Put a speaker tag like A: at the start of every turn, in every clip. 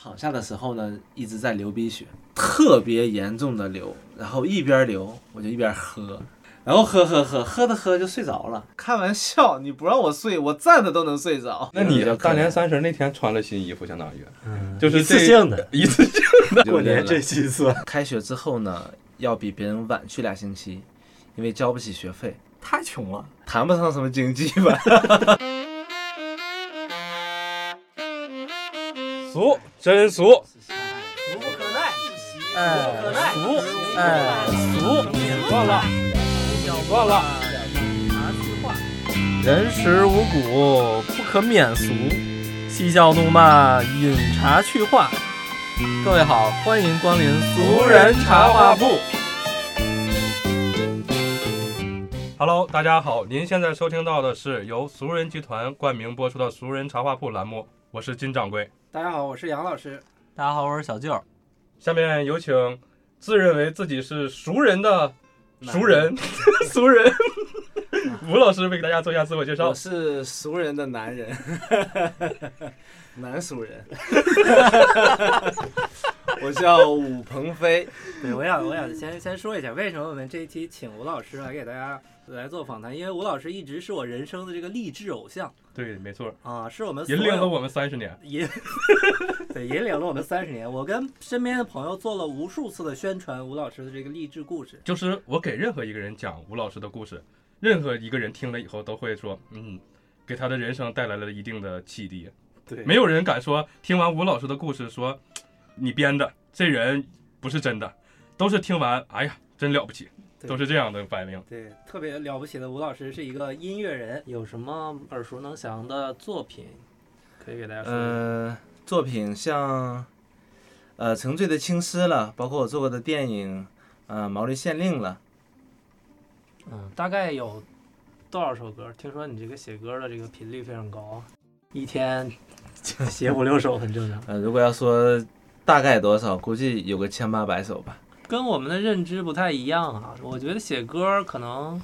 A: 躺下的时候呢，一直在流鼻血，特别严重的流，然后一边流我就一边喝，然后喝喝喝喝着喝就睡着了。开玩笑，你不让我睡，我站着都能睡着。
B: 那你
A: 比较可
B: 大
A: 怜
B: 年三十那天穿了新衣服，相当于
C: 嗯
B: 就是
C: 一次
B: 这
C: 性的，
B: 一次性的。
C: 过年这几次，
A: 开学之后呢，要比别人晚去俩星期，因为交不起学费，
C: 太穷了。
A: 谈不上什么经济 吧。
C: 俗，真俗，
D: 俗不可耐，
C: 哎，俗，哎，俗，
D: 俗
C: 算了，算了。人食五谷，不可免俗。嬉笑怒骂，饮茶去话。各位好，欢迎光临俗人茶话铺。
B: Hello，大家好，您现在收听到的是由俗人集团冠名播出的《俗人茶话铺》栏目，我是金掌柜。
D: 大家好，我是杨老师。
C: 大家好，我是小舅。
B: 下面有请自认为自己是熟人的熟人 俗人吴老师为大家做一下自我介绍
D: 我。是俗人的 男人，男俗人。
A: 我叫武鹏飞，
D: 对，我想我想先先说一下，为什么我们这一期请吴老师来给大家来做访谈？因为吴老师一直是我人生的这个励志偶像
B: 对，没错，
D: 啊，是我们所
B: 引
D: 有
B: 领了我们三十年。
D: 引 对引领了我们三十年。我跟身边的朋友做了无数次的宣传吴老师的这个励志故事。
B: 就是我给任何一个人讲吴老师的故事，任何一个人听了以后都会说，嗯，给他的人生带来了一定的启迪。
D: 对
B: 没有人敢说听完吴老师的故事说你编的，这人不是真的，都是听完，哎呀，真了不起，
D: 对
B: 都是这样的反应。
D: 对，特别了不起的吴老师是一个音乐人，有什么耳熟能详的作品可以给大家说？
A: 嗯、作品像，呃，《沉醉的青丝》了，包括我做过的电影，呃，《毛利县令》了，
E: 嗯，大概有多少首歌？听说你这个写歌的这个频率非常高，一天 写五六首很正常，
A: 呃，如果要说大概多少，估计有个千八百首吧。
E: 跟我们的认知不太一样啊。我觉得写歌可能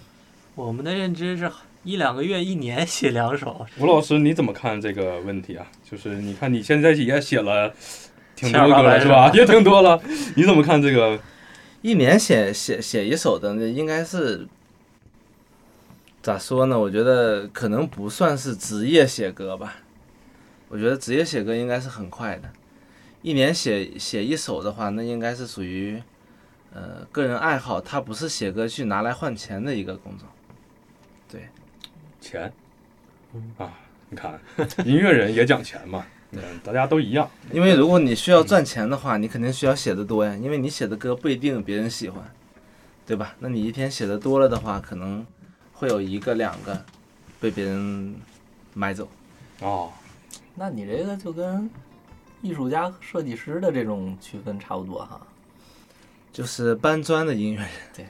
E: 我们的认知是一两个月、一年写两首，
B: 吴老师，你怎么看这个问题啊？就是你看你现在也写了挺
E: 多歌了是吧
B: 也挺多了，你怎么看这个？
A: 一年写写写一首的，那应该是咋说呢？我觉得可能不算是职业写歌吧。我觉得职业写歌应该是很快的，一年写写一首的话，那应该是属于呃个人爱好，它不是写歌去拿来换钱的一个工作。
B: 钱啊，你看音乐人也讲钱嘛，嗯大家都一样。
A: 因为如果你需要赚钱的话，你肯定需要写的多呀，因为你写的歌不一定别人喜欢，对吧？那你一天写的多了的话，可能会有一个两个被别人买走。
B: 哦，
F: 那你这个就跟艺术家、设计师的这种区分差不多哈。
A: 就是搬砖的音乐人，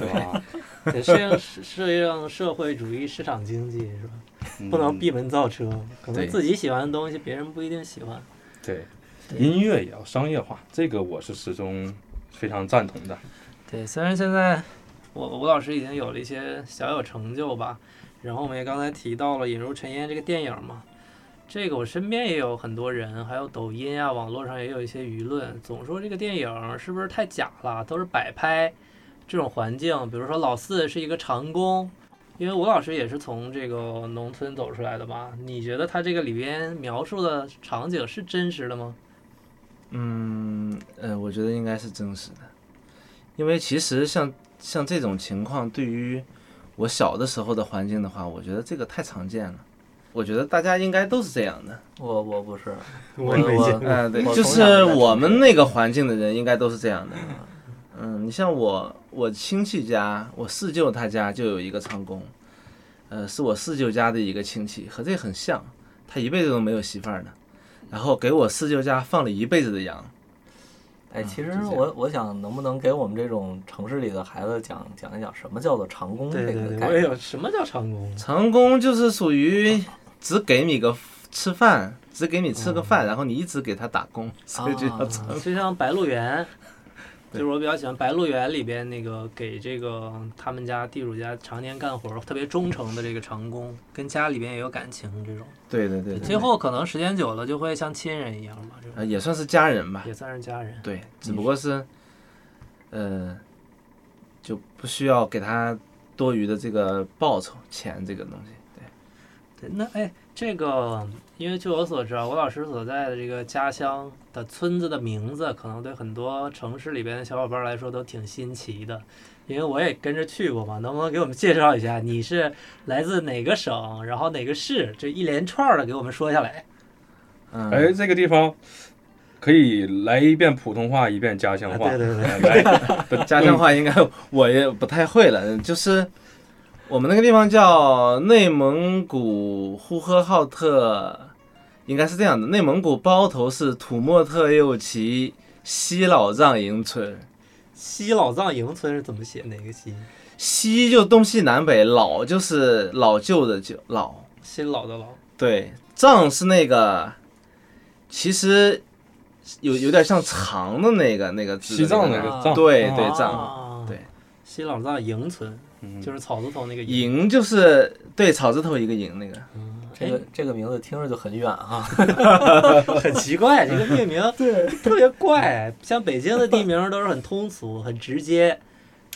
B: 对吧？
E: 得适应适应社会主义市场经济是吧？不能闭门造车，可
A: 对
E: 能自己喜欢的东西别人不一定喜欢。
B: 对，音乐也要商业化，这个我是始终非常赞同的。
E: 对，虽然现在我吴老师已经有了一些小有成就吧，然后我们也刚才提到了《引入尘烟》这个电影嘛，这个我身边也有很多人，还有抖音啊，网络上也有一些舆论，总说这个电影是不是太假了，都是摆拍这种环境，比如说老四是一个长工。因为吴老师也是从这个农村走出来的嘛，你觉得他这个里边描述的场景是真实的吗？
A: 嗯，呃，我觉得应该是真实的，因为其实像像这种情况，对于我小的时候的环境的话，我觉得这个太常见了。我觉得大家应该都是这样的，
F: 我我不是，
C: 我
F: 也没见
A: 嗯、对，
F: 我
A: 就
F: 从小就在
A: 是
F: 城
A: 我
F: 市
A: 们那个环境的人应该都是这样的。嗯，你像我，我亲戚家，我四舅他家就有一个长工，呃，是我四舅家的一个亲戚，和这很像，他一辈子都没有媳妇儿呢，然后给我四舅家放了一辈子的羊。
F: 哎，
A: 嗯
F: 其
A: 就
F: 实
A: 这样
F: 我我想能不能给我们这种城市里的孩子讲讲一讲什么叫做长工这
E: 对对
F: 个
E: 对，
F: 概
E: 我也
F: 念？
E: 有。什么叫长工？
A: 长工就是属于只给你个吃饭，
E: 啊嗯
A: 只给你吃个饭，然后你一直给他打工，所以就叫长。
E: 就像《白鹿原》
A: 对
E: 就是我比较喜欢《白鹿原》里边那个给这个他们家地主家常年干活儿特别忠诚的这个长工，跟家里边也有感情这种。
A: 对对对对，
E: 最后可能时间久了就会像亲人一样吧，这
A: 呃
E: 种
A: 也算是家人吧，
E: 也算是家人。
A: 对，只不过是，呃，就不需要给他多余的这个报酬钱这个东西。
E: 对，那哎，这个因为据我所知啊，我老师所在的这个家乡的村子的名字，可能对很多城市里边的小伙伴来说都挺新奇的，因为我也跟着去过嘛。能不能给我们介绍一下，你是来自哪个省，然后哪个市，这一连串的给我们说下来？
A: 嗯，
B: 哎，这个地方可以来一遍普通话，一遍家乡话。
E: 对对对，
B: 对，来，
A: 家乡话应该我也不太会了，就是我们那个地方叫内蒙古呼和浩特，应该是这样的：内蒙古包头市土默特右旗西老藏营村，
E: 西老藏营村是怎么写？哪个西？
A: 西就东西南北，老就是老旧的旧老，
E: 新老的老。
A: 对，藏是那个，其实有有点像长的那个那个字
B: 西藏
A: 那
B: 那
A: 个
B: 个
A: 字
B: 藏，
A: 对对
E: 啊
A: 藏对。
E: 西老藏营村
B: 嗯
E: 就是草字头那个营。
A: 营就是对草字头一个营那个，
F: 这个这个名字听着就很远啊。
E: 很奇怪，
A: 嗯
E: 这个命名对特别怪。像北京的地名都是很通俗、很直接，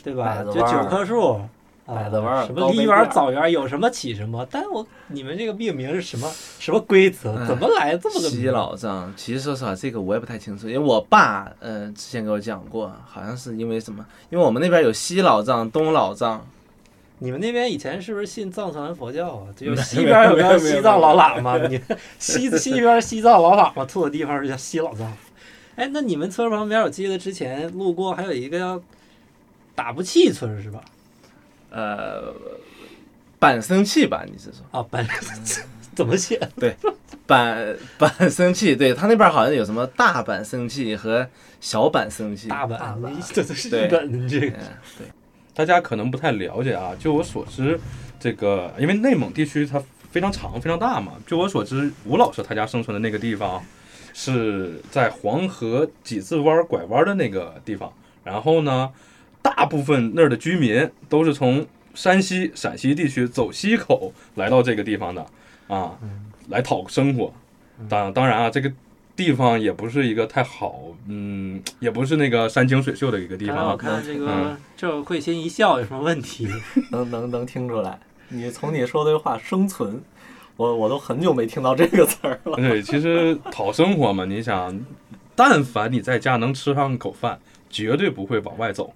E: 对吧？
F: 百子
E: 就
F: 湾儿
E: 九棵树、啊
F: 百子湾儿
E: 什
F: 高
E: 么
F: 碑
E: 梨园
F: 店
E: 儿、
F: 儿
E: 枣园儿，有什么起什么。但我你们这个命名是什么什么规则？
A: 哎
E: 怎么来这么个
A: 西
E: 名？
A: 老藏。其实说实话，这个我也不太清楚，因为我爸呃之前给我讲过，好像是因为什么，因为我们那边有西老藏、东老藏，
E: 你们那边以前是不是信藏传佛教啊？就
B: 没
E: 西边儿有
B: 没有没
E: 个
B: 有
E: 西藏老喇嘛，你西西边儿西藏老喇嘛住的地方就叫西老藏。哎，那你们村儿旁边，我记得之前路过还有一个叫打不气村是吧？
A: 呃，板生气吧，你是说
E: 啊，本 怎么写？
A: 板 板生气？对他那边好像有什么大板生气和小板生气，
E: 大本，
F: 大本
E: 你这都是
A: 对
E: 日本这个
A: 嗯对。
B: 大家可能不太了解啊。就我所知，这个因为内蒙地区它非常长、非常大嘛。就我所知，吴老师他家生存的那个地方啊是在黄河几字湾拐弯的那个地方。然后呢，大部分那儿的居民都是从山西、陕西地区走西口来到这个地方的啊，来讨生活。当当然啊，这个。地方也不是一个太好，嗯，也不是那个山清水秀的一个地
E: 刚
B: 方
E: 才
B: 啊。
E: 我看这个
B: 嗯
E: 这慧心一笑有什么问题？
F: 能能能听出来。你从你说的话“生存”，我我都很久没听到这个词儿了。
B: 对，其实讨生活嘛，你想，但凡你在家能吃上口饭，绝对不会往外走。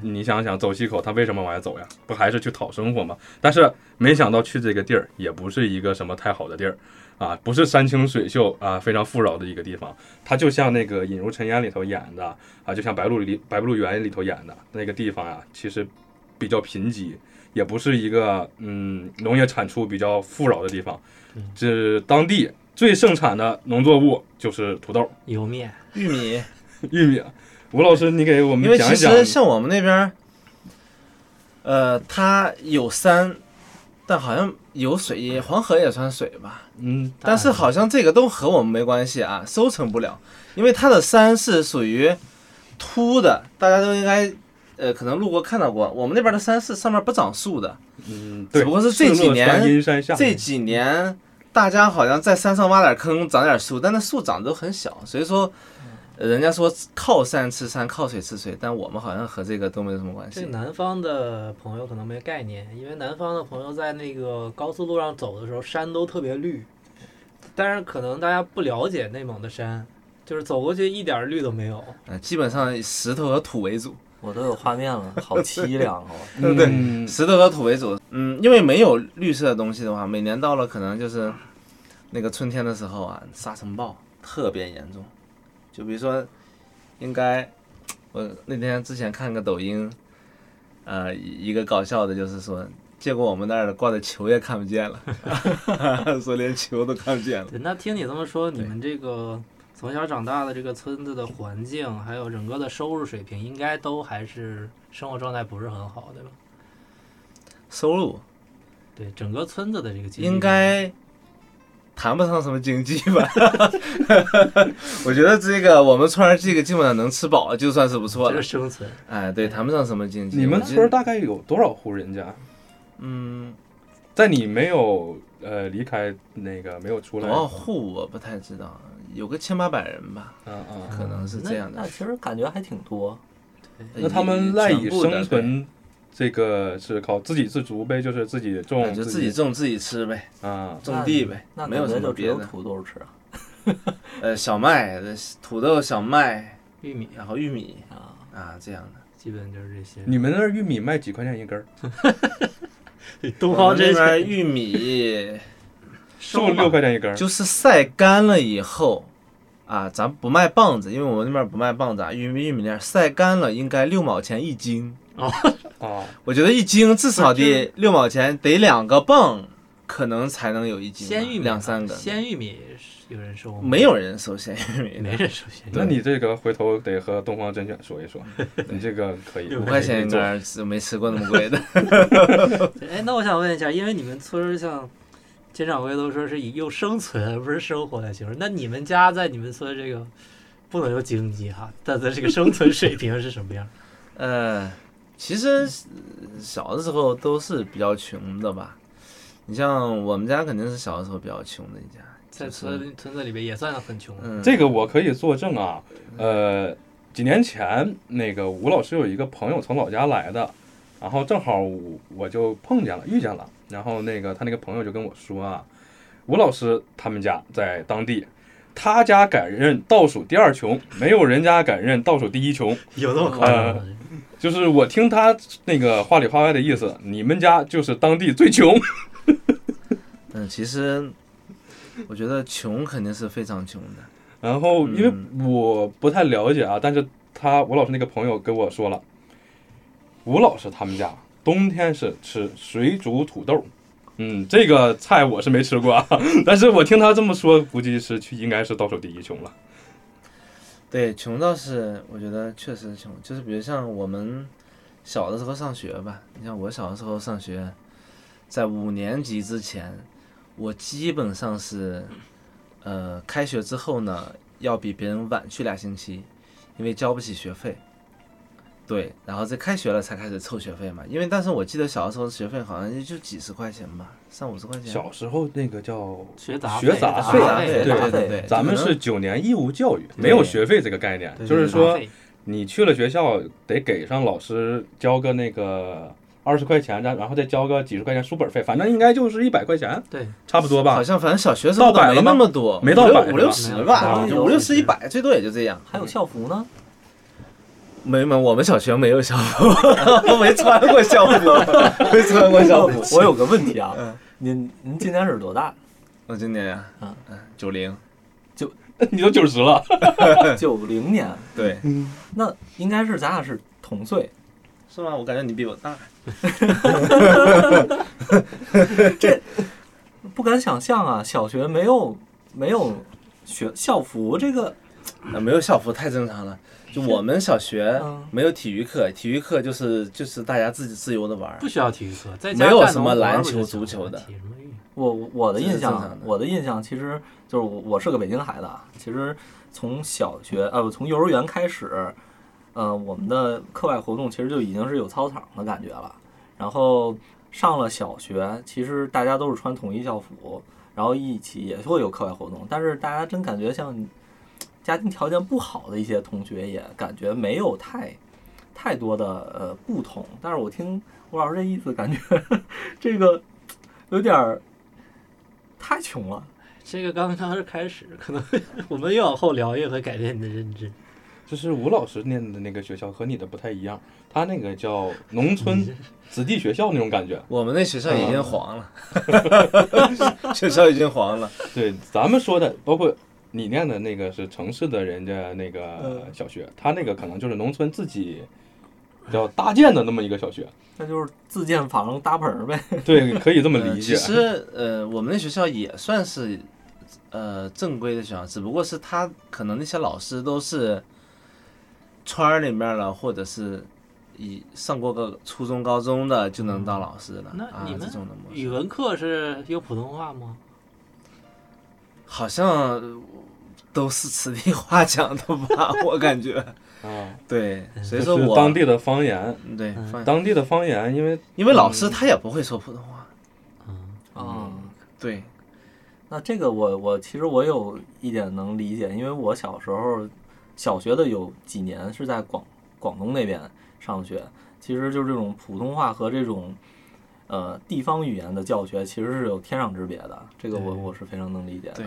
B: 你想想，走西口他为什么往外走呀？不还是去讨生活吗？但是没想到去这个地儿也不是一个什么太好的地儿啊，不是山清水秀啊，非常富饶的一个地方。它就像那个《引入尘烟》里头演的啊，就像《白鹿里白鹿原》里头演的那个地方啊，其实比较贫瘠，也不是一个嗯农业产出比较富饶的地方。这当地最盛产的农作物就是土豆、
E: 油面
A: 玉米，
B: 玉米。啊吴老师，你给我
A: 因
B: 们
A: 为
B: 讲一
A: 其
B: 讲。
A: 实像我们那边儿，呃，它有山，但好像有水，黄河也算水吧，
B: 嗯，
A: 但是好像这个都和我们没关系啊，收成不了，因为它的山是属于秃的，大家都应该。呃，可能路过看到过，我们那边的山是上面不长树的，
B: 嗯，
A: 只
B: 对，
A: 不过是这几
B: 赤勒
A: 年
B: 山阴山下，
A: 这几年大家好像在山上挖点坑长点树，但那树长得都很小，所以说呃人家说靠山吃山，靠水吃水，但我们好像和这个都没什么关
E: 这
A: 系。
E: 南方的朋友可能没概念，因为南方的朋友在那个高速路上走的时候，山都特别绿，但是可能大家不了解内蒙的山，就是走过去一点绿都没有。
A: 呃，基本上石头和土为主，
F: 我都有画面了，好凄凉哦。
A: 对不对？
B: 嗯
A: 石头和土为主，嗯，因为没有绿色的东西的话，每年到了可能就是那个春天的时候啊，沙尘暴特别严重。就比如说，应该我那天之前看个抖音，呃，一一个搞笑的，就是说，结果我们那儿的挂的球也看不见 了，说连球都看不见了。
E: 对，那听你这么说，你们这个从小长大的这个村子的环境，还有整个的收入水平，应该都还是生活状态不是很好，对吧？
A: 收入
E: 对，整个村子的这个经济
A: 应该，谈不上什么经济吧。 我觉得这个我们村儿这个基本上能吃饱就算是不错
E: 这
A: 了
E: 是。生存。
A: 哎，对，谈不上什么经济。
B: 你们
A: 我觉
B: 村儿大概有多少户人家？
A: 嗯，
B: 在你没有呃离开那个没有出
A: 多
B: 来，
A: 少
B: 嗯
A: 户我不太知道，有个千八百人吧，
B: 嗯，
A: 可能是这样的
F: 那。其实感觉还挺多，
B: 那他们赖以
A: 全部的
B: 生，存，这个是靠自给自足呗，就是自己
A: 对
B: 种
A: 哎就自己种自己吃呗，
B: 啊，
A: 种地呗
F: 那，
A: 没有
F: 感觉
A: 什
F: 就
A: 么
F: 只
A: 别
F: 有
A: 的。
F: 土豆吃啊
A: 呃，小麦、呃土豆、小麦，
E: 玉米
A: 然后玉米
F: 啊。
A: 啊这样的。
E: 基本就是这些。
B: 你们那儿玉米卖几块钱一根儿？
E: 东
A: 我
E: 方
A: 们
E: 甄
A: 这边
E: 选
A: 玉米
B: 瘦 六块钱一根儿，
A: 就是晒干了以后啊，咱不卖棒子，因为我们那边不卖棒子啊。玉米玉米那儿晒干了应该六毛钱一斤，
B: 啊，
A: 我觉得一斤至少得六毛钱，得两个泵可能才能有一斤吧，
E: 鲜玉米
A: 两三个。
E: 鲜玉米是有人收吗？
A: 没，有人收鲜玉米的，
E: 没人收鲜玉米。
B: 那你这个回头得和东方甄选说 一说，你这个可以
A: 五块钱一
B: 做
A: 根，儿是没吃过那么贵的。
E: 哎，那我想问一下，因为你们村儿像监掌柜都说是以用生存而不是生活来形容，那你们家在你们村这个不能用经济哈，但在这个生存水平是什么样？
A: 呃，其实呃小的时候都是比较穷的吧。你像我们家肯定是小的时候比较穷的一家，
E: 在
A: 就是
E: 村村子里边也算很穷，
A: 嗯，
B: 这个我可以作证啊，呃，几年前那个吴老师有一个朋友从老家来的，然后正好我我就碰见了，遇见了，然后那个他那个朋友就跟我说啊，吴老师他们家在当地。他家敢认倒数第二穷，没有人家敢认倒数第一穷。呃
E: 有那么夸张吗？
B: 就是我听他那个话里话外的意思，你们家就是当地最穷。
A: 嗯，其实我觉得穷肯定是非常穷的。
B: 然后因为
A: 嗯
B: 我不太了解啊，但是他吴老师那个朋友跟我说了，吴老师他们家冬天是吃水煮土豆，嗯，这个菜我是没吃过啊， 但是我听他这么说，估计是去应该是倒数第一穷了。
A: 对，穷倒是我觉得确实穷，就是比如像我们小的时候上学吧，你像我小的时候上学，在五年级之前，我基本上是，呃，开学之后呢，要比别人晚去俩星期，因为交不起学费。对，然后这开学了才开始凑学费嘛，因为但是我记得小的时候学费好像也就几十块钱吧，三五十块钱。
B: 小时候那个叫
E: 学杂
B: 学杂
E: 费
B: 费啊
A: 杂
B: 对
A: 费，
B: 对
A: 对
F: 对
A: 对，
B: 咱们
A: 可能
B: 是九年义务教育，
A: 对
B: 没有学费这个概念，就是
E: 杂
B: 说
E: 费
B: 你去了学校得给上老师交个那个二十块钱，然然后再交个几十块钱书本费，反正应该就是一百块钱，
E: 对，
B: 差不多
A: 好
B: 吧。
A: 像反正小学时候
B: 到
A: 都
B: 百了
A: 没那
B: 吗
A: 么多，
B: 没到
A: 五六
B: 百是
A: 五六
B: 吧啊
A: 十
E: 没有
A: 吧，
F: 没
A: 就
F: 有
A: 五六十
F: 没
A: 一
F: 有
A: 百最多也就这样。
F: 还有校服呢，
A: 没没，我们小学没有校服，我没穿过校服，没穿过校服。
F: 我有个问题啊
A: 嗯，
F: 您您今年是多大？
A: 我今年呀，
F: 嗯
A: 嗯，九零，
B: 你都九十了，
A: 嗯
F: 九零年，
A: 对，
F: 那应该是咱俩是同岁。
A: 是吗？我感觉你比我大。啊
F: 不敢想象啊，小学没有没有学校服这个，
A: 啊，没有校服太正常了。就我们小学
F: 嗯
A: 没有体育课，体育课就是就是大家自己自由的玩儿
E: 不。需要体育课，在
A: 没
E: 家
A: 有
E: 干
A: 什
E: 农
A: 么
E: 活
A: 篮
E: 不就
A: 球
E: 行
A: 足
E: 了
A: 球的
E: 体什么育
F: 我我的
A: 这是
F: 印
A: 正
F: 象
A: 常的，
F: 我的印象其实就是我我是个北京孩子，啊，其实从小学呃不从幼儿园开始，呃我们的课外活动其实就已经是有操场的感觉了。然后上了小学，其实大家都是穿统一校服，然后一起也会有课外活动，但是大家真感觉像家庭条件不好的一些同学也感觉没有太太多的呃不同。但是我听吴老师这意思，感觉 这个有点儿太穷了。
E: 这个刚刚是开始，可能 我们越往后聊越会改变你的认知。
B: 就是吴老师念的那个学校和你的不太一样，他那个叫农村子弟学校那种感觉。
A: 我们那学校已经黄了， 学校已经黄了。
B: 对，咱们说的包括你念的那个是城市的人家那个小学，他那个可能就是农村自己叫搭建的那么一个小学，
F: 那就是自建房搭棚儿呗，
B: 对，可以这么
A: 呃
B: 理解
A: 其。实呃，我们那学校也算是呃正规的学校，只不过是他可能那些老师都是村儿里面了，或者是以上过个初中、高中的就能
B: 嗯
A: 当老师了、
E: 那
A: 啊
E: 你，们
A: 这种的模
E: 语
A: 式。
E: 文课是用普通话吗？
A: 好像都是此地话讲的吧， 我感觉。
B: 啊，
A: 对，所以
B: 就
A: 说
B: 是
A: 我
B: 当地的方言，
A: 对，
E: 嗯
A: 放
B: 当地的方言，因为
A: 因为老师
B: 嗯
A: 他也不会说普通话。
F: 啊。
A: 对，
F: 那这个我我其实我有一点能理解，因为我小时候小学的有几年是在广广东那边上学，其实就是这种普通话和这种呃地方语言的教学其实是有天壤之别的，这个我
E: 对
F: 我是非常能理解的。
A: 对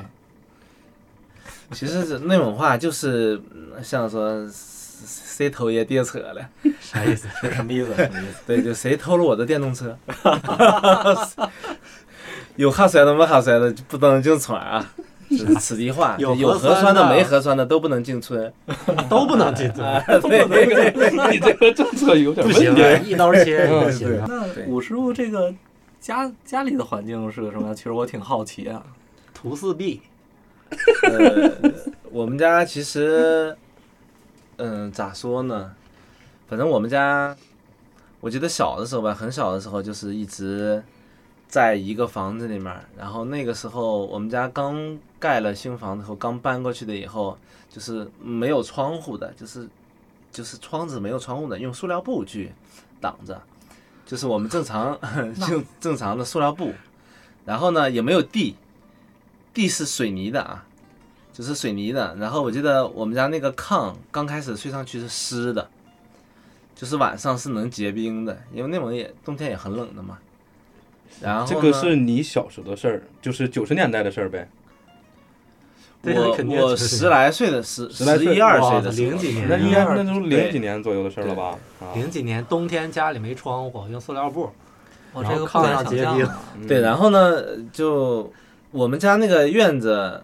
A: 其实这内蒙话就是嗯像说谁偷爷爹车了，
E: 啥意思？
F: 是什么意思？什么意思？
A: 对，就谁偷了我的电动车。 有哈摔的没哈摔的就不能进村啊，这是此地话。
F: 有
A: 有
F: 核
A: 核
F: 酸
A: 酸
F: 的
A: 的没核酸的都不能进村。
E: 都不能进 村，
B: 你这个政策有点
E: 啊不
B: 问题
E: 行，啊一刀切，
B: 嗯
E: 不行啊。
A: 对
F: 那武师傅这个家家里的环境是个什么样？其实我挺好奇啊。
E: 图四壁，
A: 呃，我们家其实，嗯，咋说呢？反正我们家，我记得小的时候吧，很小的时候就是一直在一个房子里面儿。然后那个时候我们家刚盖了新房子后，刚搬过去的以后，就是没有窗户的，就是就是窗子没有窗户的，用塑料布去挡着，就是我们正常用正常的塑料布。然后呢，也没有地，地是水泥的啊，就是水泥的。然后我记得我们家那个炕刚开始睡上去是湿的，就是晚上是能结冰的，因为内蒙也冬天也很冷的嘛。然后
B: 这个
A: 呢
B: 是你小时候的事儿，就是九十年代的事儿呗。
E: 对
A: 我
E: 肯定
A: 我
E: 是
A: 十来岁的十
B: 十来岁
A: 一二
E: 哇
A: 岁的时候
E: 零几年
B: 那应该
F: 嗯
B: 那都是零几年左右的事儿了吧？啊，
E: 零几年冬天家里没窗户，用塑料布，
F: 我
E: 然
F: 哦
E: 后
F: 这个不
E: 炕
F: 敢
E: 上
F: 想
E: 结
F: 象
E: 冰
F: 啊
B: 嗯
A: 对，然后呢，就我们家那个院子，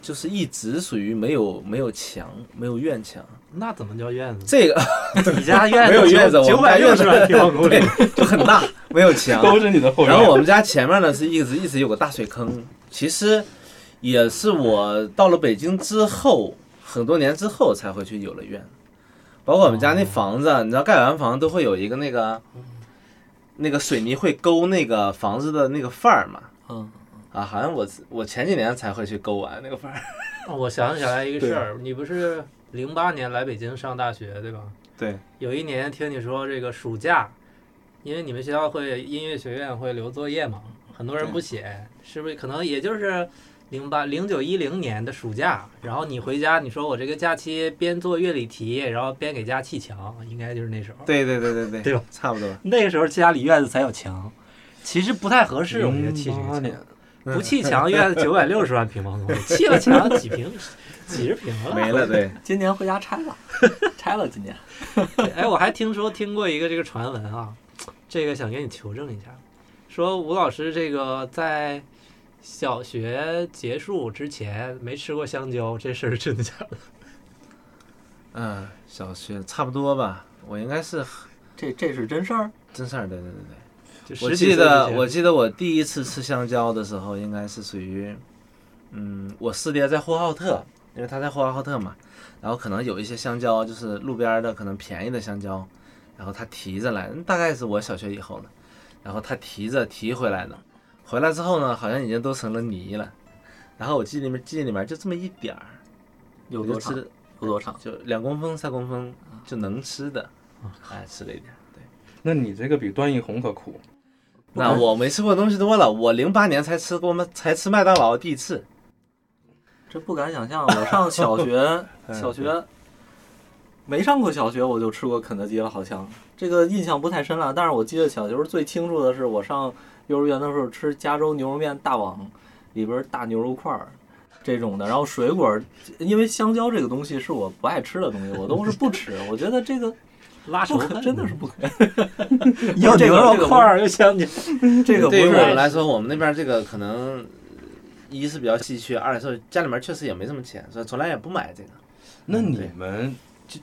A: 就是一直属于没有没有墙，没有院墙。
E: 那怎么叫 院子？
A: 这个
E: 你家院子
A: 没有院子，
E: 九
A: 我们
E: 百
A: 家
E: 六
A: 院
E: 十
A: 子
E: 万平方公里，
A: 对就很大，没有 墙。
B: 都是你的后
A: 然后
B: 院。
A: 我们家前面呢是一直一直有个大水坑，其实也是我到了北京之后，很多年之后才回去有了院。包括我们家那房子，你知道盖完房都会有一个那个，那个水泥会勾那个房子的那个范儿嘛。
F: 嗯，
A: 啊，好像我我前几年才会去勾完那个范儿。
E: 我想起来一个事儿，你不是零八年来北京上大学对吧？
A: 对，
E: 有一年听你说这个暑假，因为你们学校会音乐学院会留作业嘛，很多人不写，是不是？可能也就是零八零九一零年的暑假，然后你回家，你说我这个假期边做乐理题，然后边给家砌墙，应该就是那时候。
A: 对对对对对，
E: 对吧
A: 差不多。
E: 那个时候家里院子才有墙，其实不太合适，我觉得砌
B: 08
E: 这个墙
B: 年。
E: 嗯不砌墙，院子九百六十万平方公里，砌了墙几平，几十平 了。
A: 没了，对，
F: 今年回家拆了，拆了今年。
E: 哎，我还听说听过一个这个传闻啊，这个想给你求证一下，说吴老师这个在小学结束之前没吃过香蕉，这事儿是真的假的？
A: 嗯、小学差不多吧，我应该是
F: 这这是真事儿？
A: 真事儿，对对对对。
E: 就
A: 我
E: 十几
A: 记
E: 岁之
A: 得，
E: 前
A: 我记得我第一次吃香蕉的时候，应该是属于，嗯，我四爹在呼和浩特，因为他在呼和浩特嘛，然后可能有一些香蕉就是路边的可能便宜的香蕉，然后他提着来，嗯大概是我小学以后呢，然后他提着提回来的，回来之后呢，好像已经都成了泥了，然后我记里面记忆里面就这么一点儿，
F: 有
A: 我就
F: 多长
A: 吃？的
F: 有多长？
A: 就两公分三公分就能吃的，哎，吃了一点儿。对。
B: 那你这个比段奕宏可苦。
A: 那我没吃过的东西多了，我零八年才吃过麦，才吃麦当劳第一次。
F: 这不敢想象。 我上小学，
A: 哎
F: 小学没上过小学，我就吃过肯德基了，好像这个印象不太深了。但是我记得小时候最清楚的是，我上幼儿园的时候吃加州牛肉面大王，里边大牛肉块儿。这种的，然后水果，因为香蕉这个东西是我不爱吃的东西，我都是不吃。我觉得这个
E: 拉 仇
F: 不可，
E: 恨，
A: 嗯
F: 真的是不可。
E: 又
F: 这
E: 牛
F: 个
E: 肉块儿又香蕉，
F: 这个不
A: 对于我们
F: 是
A: 来说，我们那边这个可能呃一是比较稀缺，二是家里面确实也没什么钱，所以从来也不买这个。
B: 那你们就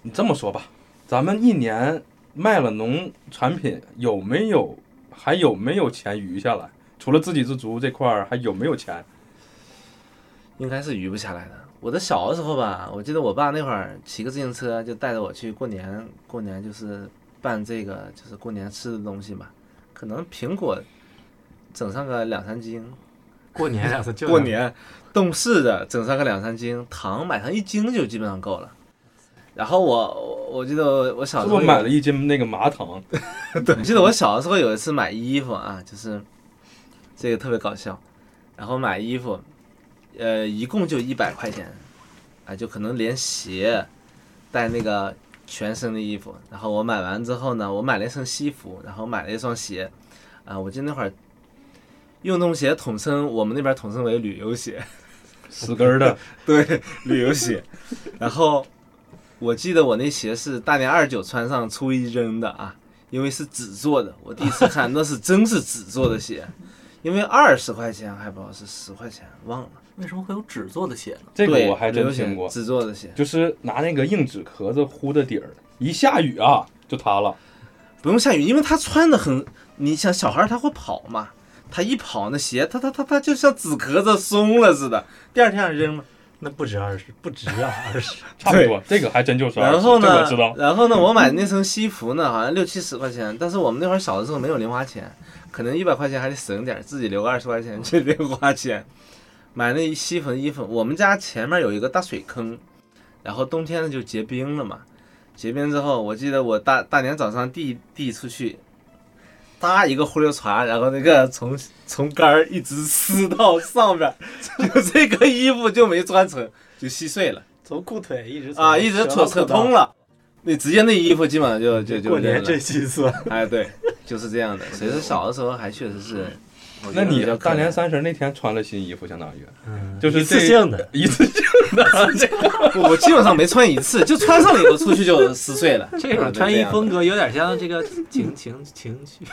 B: 你这么说吧，咱们一年卖了农产品有没有还有没有钱余下来？除了自给自足这块儿，还有没有钱？
A: 应该是余不下来的。我的小的时候吧，我记得我爸那会儿骑个自行车就带着我去过年，过年就是办这个就是过年吃的东西嘛，可能苹果整上个两三斤，
E: 过年两次就
A: 过年冻柿子整上个两三斤，糖买上一斤就基本上够了。然后我我我记得我我小
B: 是
A: 时
B: 不
A: 候
B: 是买了一斤那个麻糖？
A: 我记得我小的时候有一次买衣服啊，就是这个特别搞笑。然后买衣服，呃，一共就一百块钱，啊，就可能连鞋带那个全身的衣服。然后我买完之后呢，我买了一身西服，然后买了一双鞋，啊，我记得那会儿运动鞋统称我们那边统称为旅游鞋，
B: 死根儿 的，
A: 对，旅游鞋。然后我记得我那鞋是大年二九穿上，初一扔的啊，因为是纸做的。我第一次看那是真是纸做的鞋，因为二十块钱还不好是十块钱，忘了。
F: 为什么会有纸做的鞋呢？
B: 这个
A: 对
B: 我还真
A: 旅游鞋
B: 听过，
A: 纸做的鞋，
B: 就是拿那个硬纸壳子糊的底儿，一下雨啊就塌了。
A: 不用下雨，因为他穿的很，你想小孩儿他会跑嘛，他一跑那鞋，他他他他就像纸壳子松了似的，第二天让扔了。
E: 那不止二十，不止啊 二十。
B: 差不多，这个还真就是20。
A: 然后
B: 这
A: 呢
B: 我知道，，
A: 然后呢，我买那层西服呢，好像六七十块钱，但是我们那会儿小的时候没有零花钱，可能一百块钱还得省点儿，自己留个二十块钱去 零花钱，买那西服的衣服。我们家前面有一个大水坑，然后冬天呢就结冰了嘛，结冰之后，我记得我大大年早上递递出去。搭一个忽溜船，然后那个从从杆儿一直 撕到上边儿，就这个衣服就没穿成，就稀碎了。
E: 从裤腿一直从
A: 啊，一直
E: 折
A: 扯
E: 到
A: 扯
E: 裤裆
A: 通。了，你直接那衣服基本上就就就
E: 过年
A: 扔了
E: 这几次，
A: 哎对，就是这样的。所以说小的时候还确实是，我觉
B: 那
A: 得
B: 你
A: 比较可
B: 大
A: 怜
B: 年三十那天穿了新衣服，相当于
E: 嗯
B: 就是
E: 一次
B: 这
E: 性的，
B: 一次性
A: 我我基本上没穿一次，就穿上了以后出去就撕碎了。
D: 这
A: 啊对
D: 种穿
A: 这
D: 衣
A: 样的
D: 风格有点像这个情情情 趣，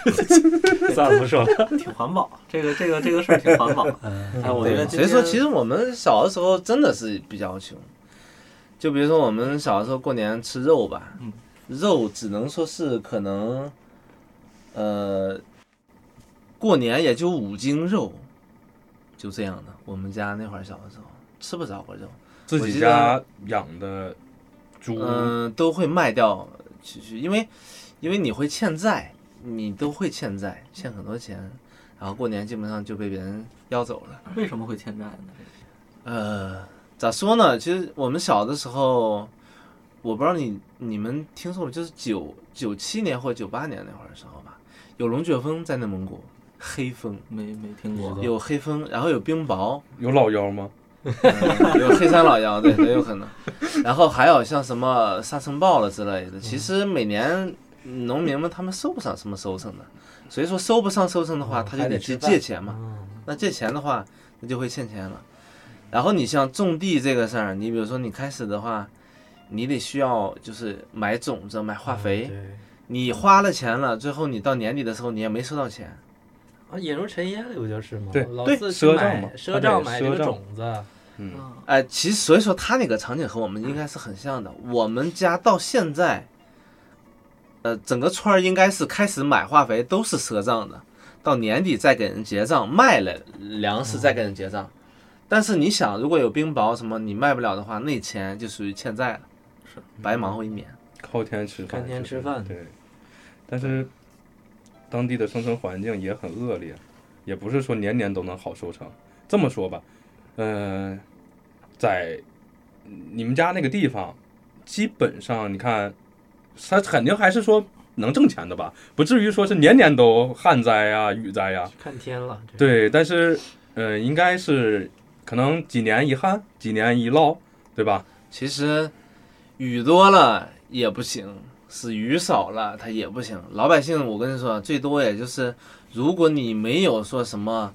E: 算了不说了。
F: 挺环保，这个这个这个事儿挺环保。
B: 嗯
F: 哎，我觉得
A: 对，所以
F: 今
A: 说
F: 天
A: 其实我们小的时候真的是比较穷，就比如说我们小的时候过年吃肉吧，
F: 嗯
A: 肉只能说是可能，呃，过年也就五斤肉，就这样的。我们家那会儿小的时候吃不着过肉，
B: 自己家养的猪，
A: 嗯、都会卖掉去去，因为因为你会欠债，你都会欠债，欠很多钱，然后过年基本上就被别人要走了。
F: 为什么会欠债呢？
A: 呃，咋说呢？其实我们小的时候，我不知道你你们听说过，就是九九七年或九八年那会儿的时候吧，有龙卷风在内蒙古，黑风
F: 没没听过
E: 不。知道
A: 有黑风，然后有冰雹，
B: 有老妖吗？
A: 嗯 有黑山老妖，对，也有可能。然后还有像什么沙尘暴了之类的，其实每年农民们他们收不上什么收成的，所以说收不上收成的话，
E: 嗯
A: 他
E: 还
A: 就
E: 得
A: 得
E: 吃
A: 去
E: 饭
A: 借钱嘛。
E: 嗯
A: 那借钱的话，那就会欠钱了。然后你像种地这个事儿，你比如说你开始的话，你得需要就是买种子、买化肥，
E: 嗯对
A: 你花了钱了，最后你到年底的时候你也没收到钱。
E: 啊，引入陈烟里不就是吗？
B: 对
E: 老
B: 对
E: 四去
B: 赊账嘛
E: 买
B: 还
E: 赊
B: 得
E: 账买这
B: 赊
E: 个
B: 账
E: 种子，
B: 嗯，
A: 哎，其实所以说他那个场景和我们应该是很像的。我们家到现在，呃，整个村儿应该是开始买化肥都是赊账的，到年底再给人结账，卖了粮食再给人结账。但是你想，如果有冰雹什么，你卖不了的话，那钱就属于欠债了，
F: 是
A: 白忙活一年。
B: 靠天吃饭，
E: 靠天吃饭
B: 对。但是当地的生存环境也很恶劣，也不是说年年都能好收成。这么说吧，嗯、在你们家那个地方，基本上你看，它肯定还是说能挣钱的吧，不至于说是年年都旱灾呀、雨灾呀。
E: 看天了。这个，
B: 对，但是呃，应该是可能几年一旱，几年一涝，对吧？
A: 其实雨多了也不行，是雨少了它也不行。老百姓，我跟你说，最多也就是，如果你没有说什么，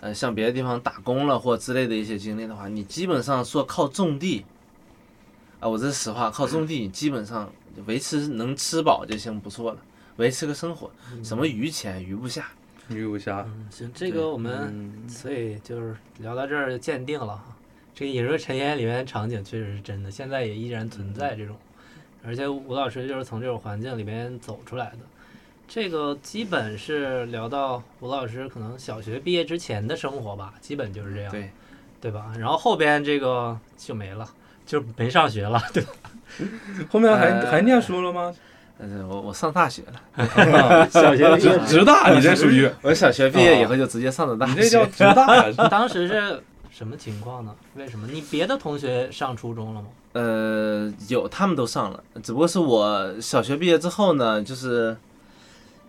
A: 呃，像别的地方打工了或之类的一些经历的话，你基本上说靠种地，啊、我这是实话，靠种地，你基本上维持能吃饱就行，不错了，维持个生活，什么余钱余不下。
B: 雨无暇，
E: 嗯，行，这个我们
A: 嗯
E: 所以就是聊到这儿就鉴定了哈。这个《引入尘烟》里面的场景确实是真的，现在也依然存在这种，
A: 嗯
E: 而且吴老师就是从这种环境里面走出来的。这个基本是聊到吴老师可能小学毕业之前的生活吧，基本就是这样，
A: 对
E: 对吧？然后后边这个 就没了，就没上学了，对吧？。
B: 后面还、
A: 呃
B: 还念书了吗？
A: 但是我我上大学了，
D: 小学毕业
B: 直直大，你这属于
A: 我小学毕业以后就直接上的大
B: 你
A: 学。
B: 这叫直大 呀
E: 当时是什么情况呢？为什么你别的同学上初中了吗？
A: 呃，有他们都上了，只不过是我小学毕业之后呢，就是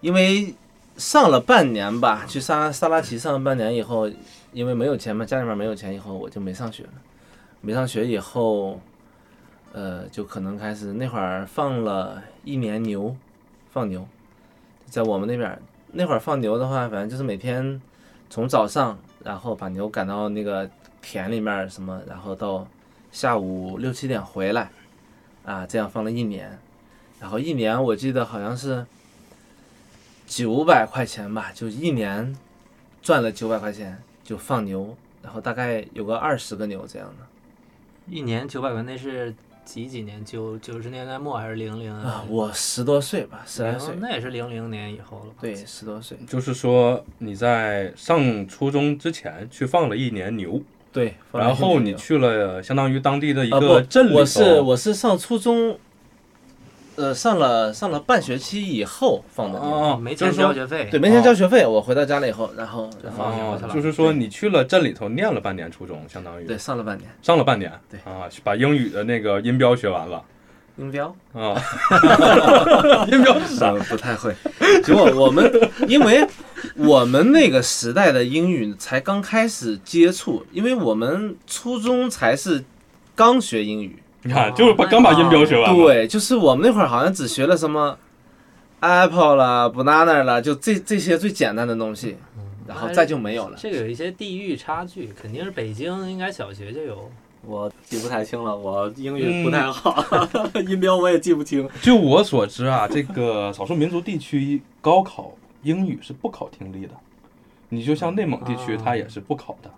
A: 因为上了半年吧，去沙沙拉奇上了半年以后，因为没有钱嘛，家里面没有钱，以后我就没上学了。没上学以后，呃，就可能开始那会儿放了一年牛，放牛，在我们那边儿那会儿放牛的话，反正就是每天从早上，然后把牛赶到那个田里面儿什么，然后到。下午六七点回来，啊，这样放了一年，然后一年我记得好像是九百块钱吧，就一年赚了九百块钱，就放牛，然后大概有个二十个牛这样的
E: 一年九百块，那是几几年？九九十年代末还是零零
A: 啊，我十多岁吧，十来岁
E: 零，那也是零零年以后了吧？
A: 对，十多岁，
B: 就是说你在上初中之前去放了一年牛，
A: 对，放了
B: 然后
A: 一
B: 你
A: 年牛
B: 去了相当于当地的一
A: 啊
B: 个
A: 不
B: 镇里头，
A: 我是我是上初中，呃，上了上了半学期以后放的牛，
B: 哦，
E: 没
B: 就
E: 钱
B: 是
E: 交
B: 说
E: 学费。哦
A: 对，没钱交学费，我回到家了以后，然后然后
E: 放学过去
B: 哦
E: 了，
B: 就是说你去了镇里头念了半年初中，相当于
A: 对上了半年，
B: 上了半年，
A: 对
B: 啊，把英语的那个音标学完了
A: 音标。
B: 啊，音标 是啥？
A: 我嗯不太会。结果我们，因为我们那个时代的英语才刚开始接触，因为我们初中才是刚学英语。
B: 你看，就是
E: 哦
B: 把刚把音标学完了，
A: 对，就是我们那会儿好像只学了什么 apple 啦、banana 啦，就这这些最简单的东西，然后再就没有了。
E: 这个有一些地域差距，肯定是北京应该小学就有。
F: 我记不太清了，我英语
B: 嗯
F: 不太好， 音标我也记不清。
B: 据我所知啊，这个少数民族地区高考英语是不考听力的，你就像内蒙地区，
E: 啊
B: 它也是不考的。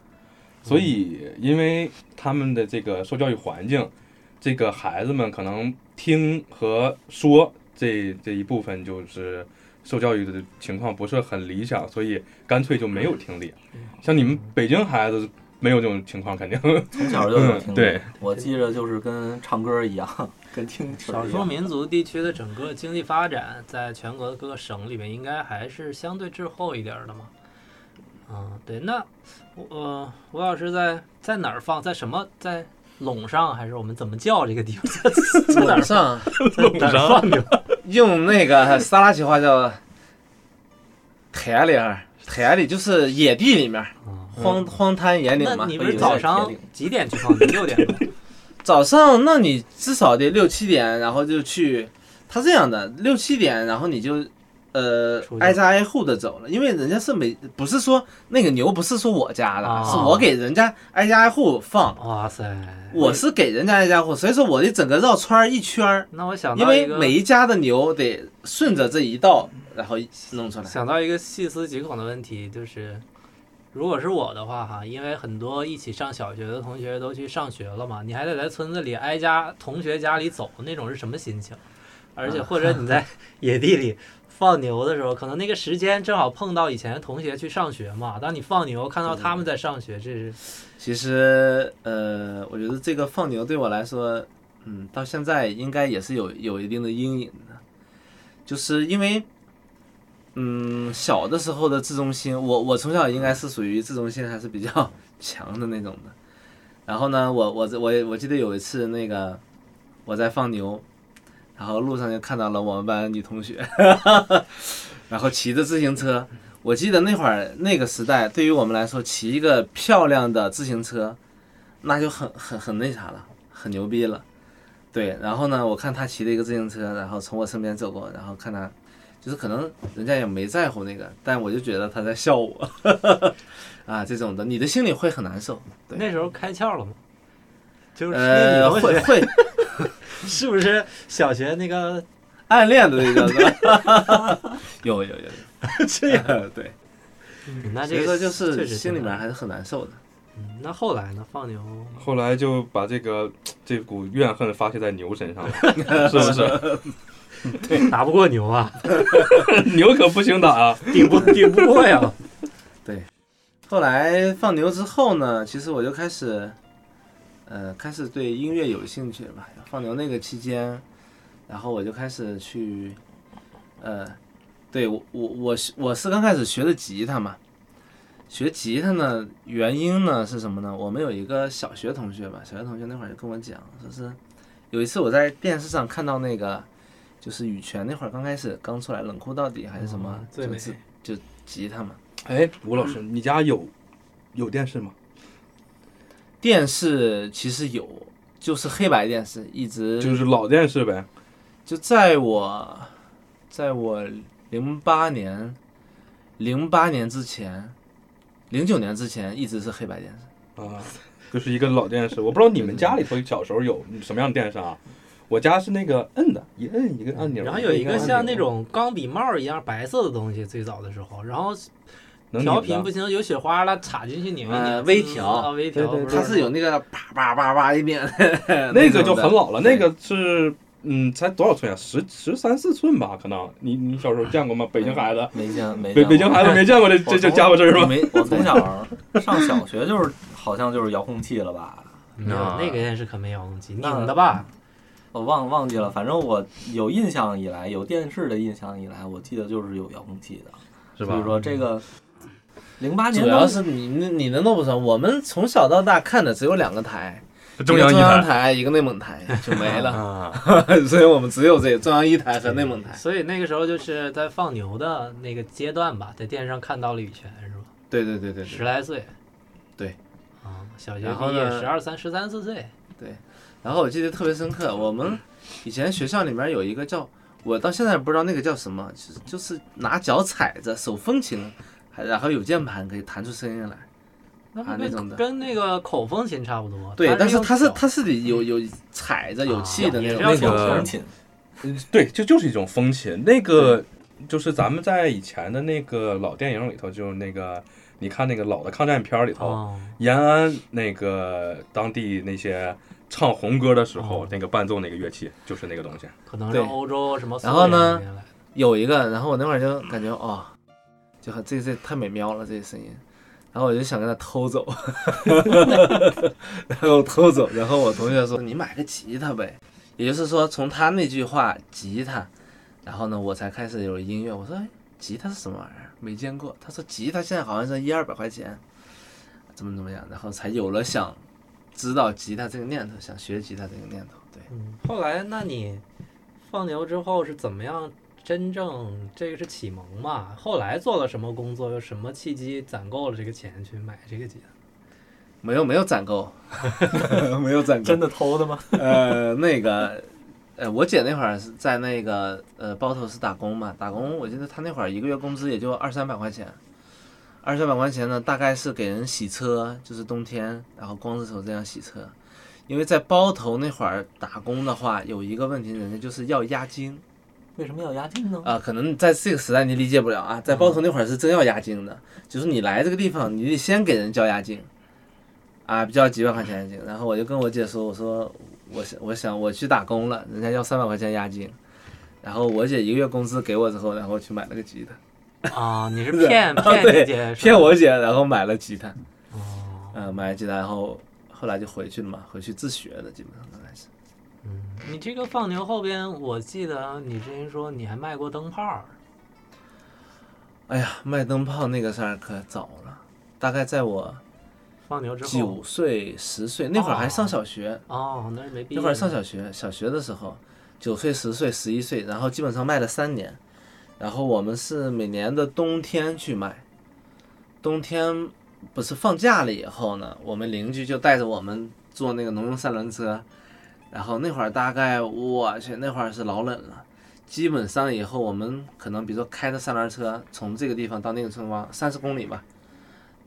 B: 所以，因为他们的这个受教育环境，这个孩子们可能听和说这这一部分就是受教育的情况不是很理想，所以干脆就没有听力。像你们北京孩子没有这种情况，肯定
F: 从小就有听
B: 嗯
F: 力，
B: 对
F: 我记着就是跟唱歌一样，跟听曲儿
E: 少
F: 一
E: 数
F: 样。
E: 民族地区的整个经济发展，在全国各个省里面，应该还是相对滞后一点儿的嘛。嗯，对。那我呃，吴老师在在哪儿放？在什么？在陇上还是我们怎么叫这个地方？在哪
A: 晚
E: 儿
A: 上
E: 在哪儿放牛？
A: 用那个撒拉奇话叫田里儿，田里就是野地里面儿，荒荒滩野岭嘛。
E: 那你
F: 我
E: 们
F: 以为
E: 早
F: 在
E: 上
F: 铁岭
E: 几点去放牛？六点 钟。
A: 早上，那你至少得六七点，然后就去。他这样的，六七点，然后你就，呃
E: 出，去
A: 挨家挨户的走了，因为人家是每不是说那个牛不是说我家的，
E: 哦
A: 是我给人家挨家挨户放，
E: 哇塞！
A: 我是给人家挨家挨户，所以说我得整个绕圈儿一圈儿，
E: 那我想
A: 因
E: 到一
A: 为
E: 个，
A: 每一家的牛得顺着这一道，然后弄出来。
E: 想到一个细思极恐的问题，就是如果是我的话哈，因为很多一起上小学的同学都去上学了嘛，你还得在村子里挨家同学家里走，那种是什么心情？而且或者你 在野地里放牛的时候，可能那个时间正好碰到以前的同学去上学嘛，当你放牛看到他们在上学，这是
A: 其实，呃，我觉得这个放牛对我来说，嗯，到现在应该也是有有一定的阴影的，就是因为，嗯，小的时候的自尊心，我我从小应该是属于自尊心还是比较强的那种的。然后呢，我我我我记得有一次那个我在放牛，然后路上就看到了我们班女同学， 然后骑着自行车，我记得那会儿那个时代，对于我们来说，骑一个漂亮的自行车，那就很很很那啥了，很牛逼了。对，然后呢，我看他骑了一个自行车，然后从我身边走过，然后看他，就是可能人家也没在乎那个，但我就觉得他在笑我， 啊，这种的，你的心里会很难受。对
E: 那时候开窍了嘛。就是那
A: 呃，
E: 女同
A: 会
E: 学
A: 会
E: 是不是小学那个
A: 暗恋的那个是吧， 有有有有，
E: 这样？
A: 对，
E: 那
A: 所以
E: 这
A: 说
E: 个
A: 就
E: 确
A: 是
E: 实
A: 心里
E: 挺
A: 面
E: 难
A: 还是很难受的。
E: 嗯那后来呢？放牛
B: 后来就把这个这股怨恨发泄在牛身上 了，是不是？
E: 打不过牛啊，
B: 牛可不行打啊！
E: 顶不顶不过呀。
A: 后来放牛之后呢，其实我就开始，呃，开始对音乐有兴趣吧。放牛那个期间，然后我就开始去，呃，对我我我是我是刚开始学的吉他嘛，学吉他呢，原因呢是什么呢？我们有一个小学同学吧，小学同学那会儿就跟我讲，说是有一次我在电视上看到那个，就是羽泉那会儿刚开始刚出来，冷酷到底还是什么，
E: 哦最
A: 就
E: 美
A: 是就吉他嘛，
B: 哎，吴老师，你家有有电视吗？
A: 电视其实有，就是黑白电视，一直
B: 就是老电视呗。
A: 就在我，在我零八年，零八年之前，零九年之前一直是黑白电视。
B: 啊，就是一个老电视。我不知道你们家里头小时候有什么样的电视啊？我家是那个摁的，一摁一个按钮，
E: 然后有一个
B: 按钮
E: 像那种钢笔帽一样白色的东西，最早的时候，然后
B: 能
E: 调
B: 拧的
E: 频不行，有雪花了，插进去拧一
A: 呃
E: 拧，
A: 微调
E: 啊微调，
B: 对对
E: 不
A: 它是有那个叭叭叭叭一遍，
B: 那
A: 那
B: 个
A: 种
B: 就
A: 的
B: 很老了，
A: 对
B: 那个是嗯，才多少寸啊？十十三四寸吧，可能。你你小时候见过吗？北京孩子，
F: 没见没
B: 北
F: 见
B: 北京
F: 过
B: 孩子没见过这
F: 我
B: 这这
F: 从
B: 家伙事儿
F: 我
B: 吧？
F: 没，我从小上小学就是好像就是遥控器了吧，
E: 没有
F: 啊
E: 嗯那个电视可没遥控器，
F: 那
E: 拧的吧？
F: 我忘忘记了，反正我有印象以来，有电视的印象以来，我记得就是有遥控器的，
B: 是嗯
F: 所以说这个零八年
A: 主要是你你你的弄不成。我们从小到大看的只有两个台，
B: 中
A: 一
B: 央
A: 个
B: 一
A: 中央
B: 台
A: 台，一个内蒙台，就没了。
B: 啊，
A: 所以我们只有这中央一台和内蒙台。
E: 所以那个时候就是在放牛的那个阶段吧，在电视上看到了羽泉是吧？
A: 对对对对对
E: 十。来岁，
A: 对，
E: 啊，小学
A: 然后
E: 毕业
A: 呢
E: 十二三、十三四岁，
A: 然后我记得特别深刻，我们以前学校里面有一个叫，我到现在不知道那个叫什么，就是就是拿脚踩着手风琴，还然后有键盘可以弹出声音来。
E: 那
A: 啊那
E: 不跟
A: 种的
E: 跟那个口风琴差不多。
A: 对，但是
E: 用
A: 它是
E: 手
A: 它是得有有踩着有气的那种。
E: 啊也
B: 那
E: 是要小
B: 个
F: 风琴，
B: 对，就就是一种风琴。那个就是咱们在以前的那个老电影里头，就是那个你看那个老的抗战片儿里头，
E: 哦，
B: 延安那个当地那些唱红歌的时候
E: 哦，
B: 那个伴奏那个乐器就是那个东西。
E: 可能是
A: 对
E: 欧洲什么苏
A: 然后
E: 联
A: 呢
E: 那边来的。
A: 有一个，然后我那会儿就感觉哦，就很这这太美妙了，这些声音。然后我就想跟他偷走， 然后偷走，然后我同学说你买个吉他呗，也就是说从他那句话吉他，然后呢我才开始有音乐。我说哎，吉他是什么玩意儿？没见过。他说吉他现在好像是一二百块钱，怎么怎么样，然后才有了想知道吉他这个念头，想学吉他这个念头。对，
E: 嗯，后来那你放牛之后是怎么样？真正这个是启蒙嘛？后来做了什么工作？有什么契机攒够了这个钱去买这个吉他？
A: 没有没有攒够， 没有攒够，
F: 真的偷的吗？
A: 呃，那个，呃，我姐那会儿是在那个呃包头市打工嘛，打工，我记得她那会儿一个月工资也就二三百块钱，二三百块钱呢，大概是给人洗车，就是冬天，然后光着手这样洗车，因为在包头那会儿打工的话，有一个问题，人家就是要押金
F: 为什么要押金呢？
A: 啊、可能在这个时代你理解不了啊，在
E: 嗯
A: 包头那会儿是真要押金的，就是你来这个地方，你得先给人交押金。啊，交几百块钱押金，然后我就跟我姐说，我说我想我想我去打工了，人家要三百块钱押金，然后我姐一个月工资给我之后，然后我去买了个吉他，
E: 啊，你是
A: 是
E: 骗
A: 啊
E: 骗
A: 对
E: 你姐是吧
A: 骗我姐，然后买了吉他，
E: 哦，
A: 嗯、买了吉他，然后后来就回去了嘛，回去自学的，基本上刚开始。
E: 你这个放牛后边，我记得啊你之前说你还卖过灯泡儿，
A: 哎呀，卖灯泡那个事儿可早了，大概在我
E: 放牛之后
A: 九岁十岁那会儿还上小学，
E: 哦，那是没
A: 那
E: 毕业呢。
A: 会儿上小学，小学的时候，九岁、十岁、十一岁，然后基本上卖了三年。然后我们是每年的冬天去卖，冬天不是放假了以后呢，我们邻居就带着我们坐那个农用三轮车，然后那会儿大概我去，那会儿是老冷了。基本上以后我们可能比如说开着三轮车从这个地方到那个村庄三十公里吧，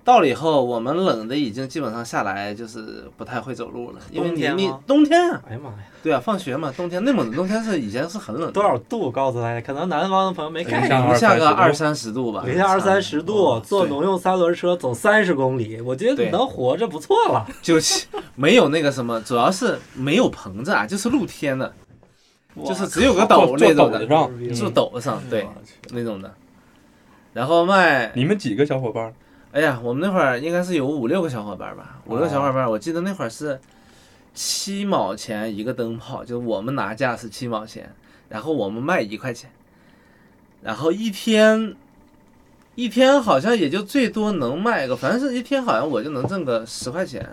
A: 到了以后我们冷的已经基本上下来就是不太会走路了，因为
E: 冬
A: 你
E: 天
A: 你
E: 吗
A: 冬天啊，
E: 哎呀妈呀，
A: 对啊，放学嘛，冬天内蒙的冬天是以前是很冷的，
E: 多少度？告诉大家，可能南方的朋友
A: 哎
E: 没
B: 零
E: 概
B: 下
E: 念。
A: 零下个
B: 二
A: 二三十度吧，
E: 零下二三十度，坐
A: 对
E: 农用三轮车走三十公里，我觉得你
A: 对
E: 能活着不错了。
A: 就是没有那个什么，主要是没有棚子啊，就是露天的，就是只有个斗
B: 坐坐
A: 那
B: 斗
A: 种
B: 子
A: 的，
B: 上，
A: 住
E: 嗯
A: 斗上对
F: 我去
A: 那种的，然后卖，
B: 你们几个小伙伴儿？
A: 哎呀，我们那会儿应该是有五六个小伙伴吧，五六个小伙
B: 哦
A: 伴，我记得那会儿是七毛钱一个灯泡，就我们拿价是七毛钱，然后我们卖一块钱，然后一天一天好像也就最多能卖个，反正是一天好像我就能挣个十块钱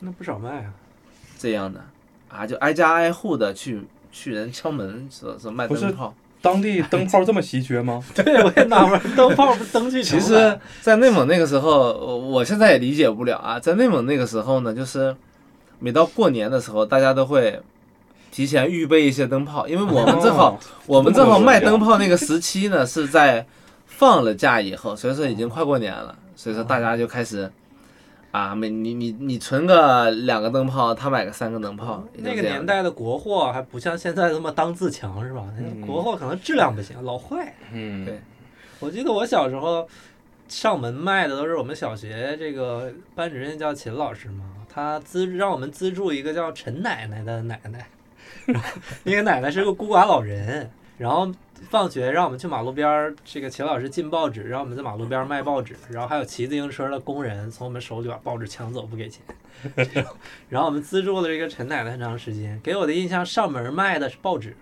E: 那不少卖啊。
A: 这样的啊，就挨家挨户的去去人敲门说说卖
B: 不是
A: 灯泡。
B: 当地灯泡这么稀缺 吗？
E: 对，我也纳闷，灯泡不是灯具
A: 其实，在内蒙那个时候，我我现在也理解不了啊。在内蒙那个时候呢，就是每到过年的时候，大家都会提前预备一些灯泡，因为我们正
E: 哦
A: 好、我们正好卖灯泡那个时期呢是在放了假以后，所以说已经快过年了，所以说大家就开始。啊，每你你你存个两个灯泡，他买个三个灯泡，也就
E: 那个
A: 啊这样
E: 年代的国货还不像现在他妈当自强是吧？
B: 嗯
E: 国货可能质量不行，老坏。
B: 嗯，
E: 我记得我小时候上门卖的都是我们小学这个班主任叫秦老师嘛，他资让我们资助一个叫陈奶奶的奶奶，那个奶奶是个孤寡老人，然后放学让我们去马路边儿，这个秦老师进报纸，让我们在马路边儿卖报纸，然后还有骑自行车的工人从我们手里把报纸抢走不给钱，然后我们资助了这个陈奶奶很长时间，给我的印象上门卖的是报纸。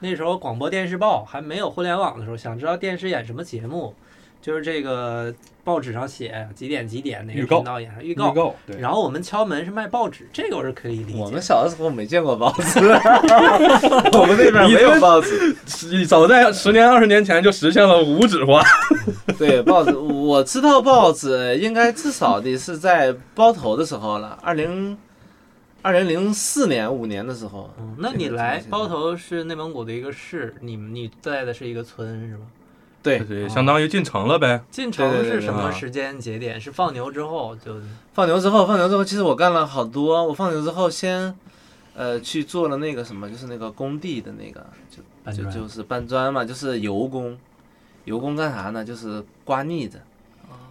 E: 那时候广播电视报还没有互联网的时候，想知道电视演什么节目，就是这个报纸上写几点几点哪个
B: 预告
E: 频道演啥预
B: 预
E: 告，
B: 告对，
E: 然后我们敲门是卖报纸，这个我是可以理解。
A: 我们小的时候没见过报纸， 我们那边没有报纸，
B: 是早在十年二十年前就实现了无纸化。
A: 对报纸，我知道报纸应该至少得是在包头的时候了，二零二零零四年五年的时候。
E: 嗯，那
A: 这
E: 你
A: 个
E: 来
A: 挺
E: 包头是内蒙古的一个市，你们你在的是一个村是吧？
A: 对，
B: 对，相当于进城了呗。
E: 进城
A: 对对
E: 是
A: 对
E: 什么
B: 啊
E: 时间节点？是放牛之后就
A: 放牛之后，放牛之后，其实我干了好多。我放牛之后先，呃，去做了那个什么，就是那个工地的那个，就
E: 搬
A: 就
E: 砖
A: 就是搬砖嘛，就是油工。油工干啥呢？就是刮腻子。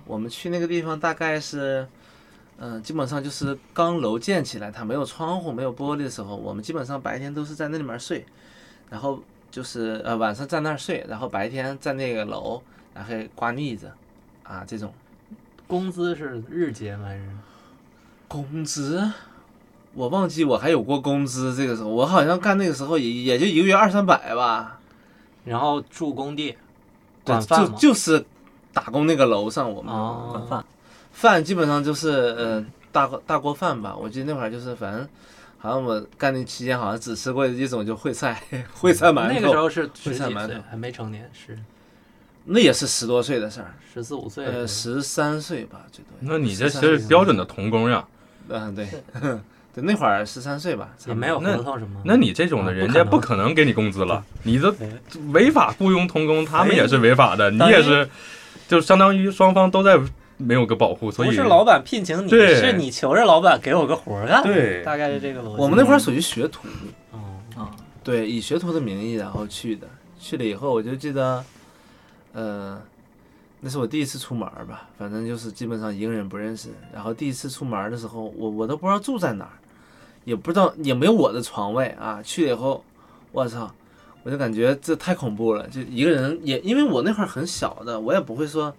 A: 我们去那个地方大概是，嗯、基本上就是刚楼建起来，它没有窗户、没有玻璃的时候，我们基本上白天都是在那里面睡，然后就是呃晚上在那儿睡，然后白天在那个楼，然后刮腻子，啊这种。
E: 工资是日结吗？还是
A: 工资，我忘记我还有过工资。这个时候，我好像干那个时候也也就一个月二三百吧。
E: 然后住工地，
A: 对
E: 管，
A: 就
E: 饭吗？
A: 就是打工那个楼上，我们、
E: 啊，
F: 饭
A: 饭基本上就是
E: 嗯
A: 呃大锅大锅饭吧。我记得那会儿就是反正。好像我干那期间，好像只吃过一种就烩 菜，烩菜馒头，
E: 那个时候是十
A: 会
E: 几
A: 下馒
E: 岁
A: 头，
E: 还没成年，是
A: 那也是十多岁的事儿，
E: 十四五岁。
A: 呃，十三岁吧，最多。
B: 那你这其
A: 13
B: 实
A: 岁
B: 标准的童工呀。
A: 嗯， 对，对，那会儿十三岁吧，差
E: 也
A: 不多
E: 没有
B: 那
E: 合同什么。
B: 那你这种的，
E: 啊
B: 人家
E: 不
B: 不
E: 可
B: 可能给你工资了，你的违法雇佣童工，他们也是违法的，你
E: 当
B: 也
E: 然
B: 是，就相当于双方都在没有个保护，所以
E: 不是老板聘请你，
B: 对
E: 是你求着老板给我个活儿干。
B: 对
E: 大概是这个逻辑。
A: 我们那会儿属于学徒，
E: 哦
F: 啊，
A: 对，以学徒的名义然后去的，去了以后我就记得，呃，那是我第一次出门儿吧，反正就是基本上一个人不认识。然后第一次出门儿的时候，我我都不知道住在哪儿，也不知道也没有我的床位啊。去了以后，我操，我就感觉这太恐怖了，就一个人也因为我那会儿很小的，我也不会说。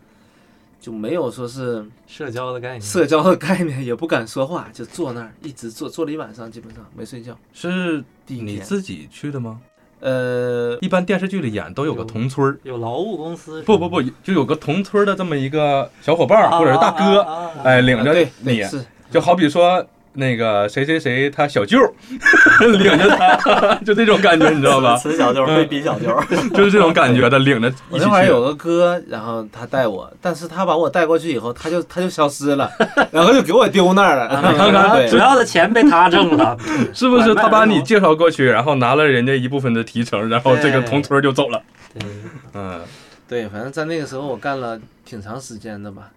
A: 就没有说是
E: 社交的概念。
A: 社交的概念，也不敢说话，就坐那儿一直坐，坐了一晚上，基本上没睡觉。
B: 是
A: 第一
B: 你
A: 天
B: 自己去的吗？
A: 呃，
B: 一般电视剧里演都有个同村儿，
E: 有劳务公司是
B: 不不
E: 吗。
B: 不，就有个同村儿的这么一个小伙伴
E: 啊，
B: 儿或者是大哥，
E: 啊，啊啊
B: 哎，领
A: 啊
B: 着
A: 对对
B: 你，
A: 是
B: 就好比说那个谁谁谁他小舅儿 领着他， 就这种感觉，你知道 吧？
F: 此小舅非彼小舅，
B: 就是这种感觉的，领着
A: 我
B: 一起
A: 那会儿有
B: 去。
A: 个哥，然后他带我，但是他把我带过去以后，他就他就消失了， 然后就给我丢那 儿了。
B: 看 看
A: 啊对
E: 主要的钱被他挣 了，
B: 是不是他把你介绍过去，然后拿了人家一部分的提成，然后这个同村儿就走了？
E: 对，
B: 嗯，
A: 对，反正在那个时候我干了挺长时间的吧。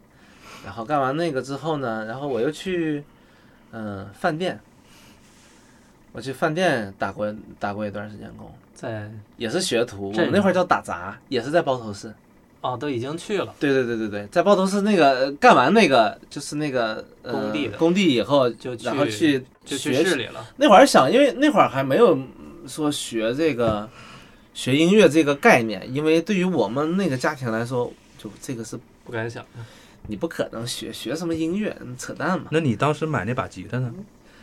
A: 然后干完那个之后呢，然后我又去，嗯、饭店，我去饭店打过打过一段时间工，
E: 在
A: 也是学徒。我
E: 这
A: 们那会儿叫打杂，也是在包头市。
E: 哦都已经去了，
A: 对对对对对，在包头市那个呃干完那个就是那个、呃、
E: 工地的
A: 工地以后，
E: 就去
A: 然后去
E: 就去
A: 学习
E: 市里了。
A: 那会儿想，因为那会儿还没有嗯说学这个学音乐这个概念，因为对于我们那个家庭来说，就这个是
E: 不敢想，
A: 你不可能学学什么音乐，扯淡嘛。
B: 那你当时买那把吉他呢？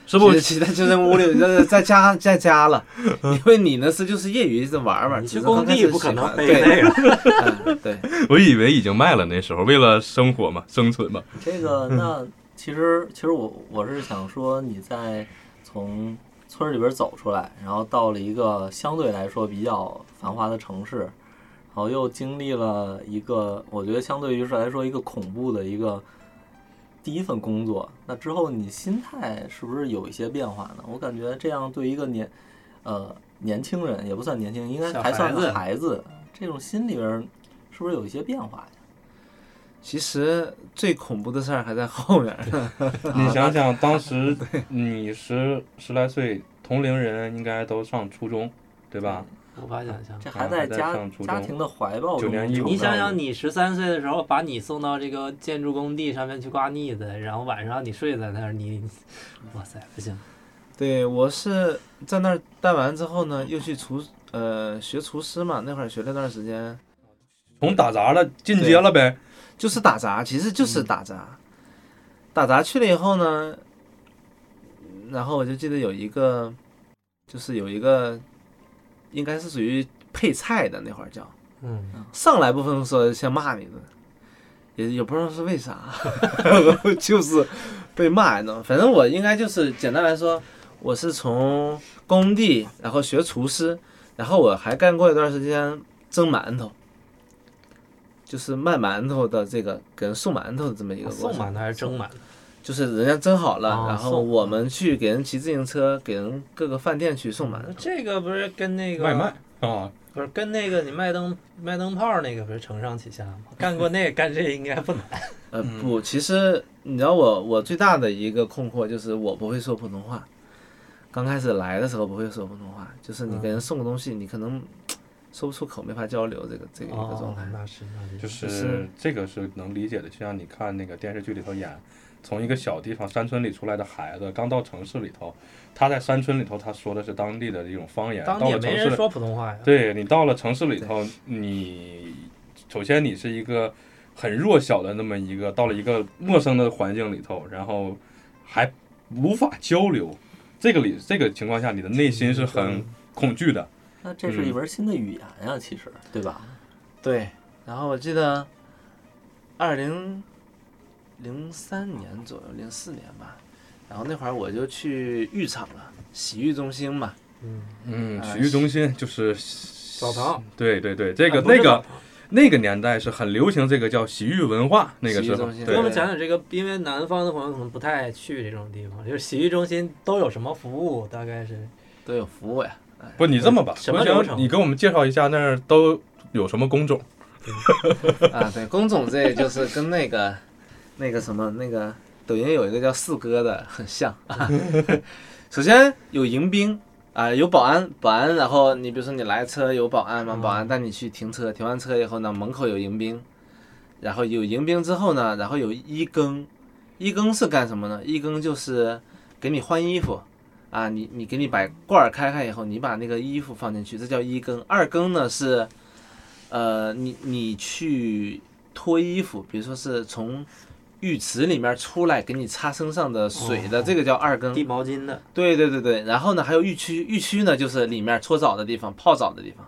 B: 是不
A: 其实其他就在屋里在在家在家 了，因为你那次就是业余在玩玩，
G: 你
A: 只
G: 去
A: 是刚
G: 工
A: 开
G: 地
A: 始
G: 不可
A: 喜
G: 能
A: 欢
G: 背
A: 对
G: 那个，
A: 嗯对，
B: 我以为已经卖了，那时候为了生活嘛，生存嘛。
F: 这个那其实其实我我是想说，你在从村儿里边走出来，然后到了一个相对来说比较繁华的城市，然后又经历了一个我觉得相对于是来说一个恐怖的一个第一份工作，那之后你心态是不是有一些变化呢？我感觉这样对一个年呃年轻人也不算年轻，应该
E: 小
F: 还算
E: 孩子
F: 是孩子，这种心里边儿是不是有一些变化呀？
A: 其实最恐怖的事儿还在后面儿。
B: 你想想，当时你十十来岁，同龄人应该都上初中，对吧？
E: 无法想象。
F: 这
B: 啊
F: 还在
B: 还在
F: 家
B: 上初
F: 家
B: 中
F: 庭的怀抱
B: 九
F: 中
B: 年义务
F: 成
E: 你想
F: 长
E: 想，你十三岁的时候把你送到这个建筑工地上面去挂腻子，然后晚上你睡在那儿，你，哇塞，不行，
A: 对我是在那儿待完之后呢，又去厨呃学厨师嘛，那会儿学了段时间，
B: 从打杂了进阶了呗，
A: 就是打杂，其实就是打杂。打杂去了以后呢，然后我就记得有一个，就是有一个，应该是属于配菜的那会儿叫，
E: 嗯，
A: 上来不分说先骂你一顿，也也不知道是为啥， 然后就是被骂一顿。反正我应该就是简单来说，我是从工地，然后学厨师，然后我还干过一段时间蒸馒头，就是卖馒头的这个给人送馒头的这么一个过
E: 啊送
A: 程，
E: 馒头还是蒸馒头？
A: 就是人家蒸好了，
E: 哦
A: 然后
E: 送
A: 我们去给人骑自行车，给人各个饭店去送馒头。
E: 这个不是跟那个
B: 外卖啊，
E: 不是跟那个你卖灯卖灯泡那个不是承上启下吗？干过那个干这个应该不难。
A: 呃，不，其实你知道我我最大的一个困惑就是我不会说普通话，刚开始来的时候不会说普通话，就是你给人送个东西，你可能说不出口，没法交流这个这个一个状态。
E: 哦那是那
B: 就是是这个是能理解的。就像你看那个电视剧里头演，从一个小地方山村里出来的孩子，刚到城市里头，他在山村里头他说的是当地的一种方言，
E: 当
B: 到
E: 地也
B: 了
E: 没
B: 城市
E: 人
B: 里，
E: 说普通话呀。
B: 对你到了城市里头，你首先你是一个很弱小的那么一个，到了一个陌生的环境里头，然后还无法交流，这个里这个情况下，你的内心是
E: 嗯
B: 很恐惧的。
F: 那这
B: 嗯
F: 是一门新的语言呀、其实对吧？
A: 对，然后我记得二零零三年左右，零四年吧，然后那会儿我就去浴场了，洗浴中心嘛，
B: 嗯，
A: 啊
B: 洗浴中心就是
E: 澡堂，
B: 对对对，这个、
E: 啊不是
B: 那
E: 澡
B: 个那个年代是很流行这个叫洗浴文化，那
A: 洗
B: 个
A: 浴
B: 时候
A: 中心
B: 对
E: 给我
A: 对
E: 们讲讲这个，因为南方的朋友可能不太去这种地方，就是洗浴中心都有什么服务？大概是
A: 都有服务呀。
B: 不，你这么
A: 呃
B: 吧，
E: 什么
B: 不行
E: 流程
B: 你给我们介绍一下那儿都有什么工种？
A: 啊，对，龚总这就是跟那个那个什么那个抖音有一个叫四哥的很像啊。首先有迎宾啊，有保安，保安，然后你比如说你来车有保安嘛，保安带你去停车，停完车以后呢，门口有迎宾，然后有迎宾之后呢，然后有一更，一更是干什么呢？一更就是给你换衣服。啊，你你给你把罐儿开开以后，你把那个衣服放进去，这叫一更。二更呢是，呃，你你去脱衣服，比如说是从浴池里面出来给你擦身上的水的，
E: 哦
A: 这个叫二更。
E: 递毛巾的，
A: 对对对对，然后呢还有浴区，浴区呢就是里面搓澡的地方、泡澡的地方。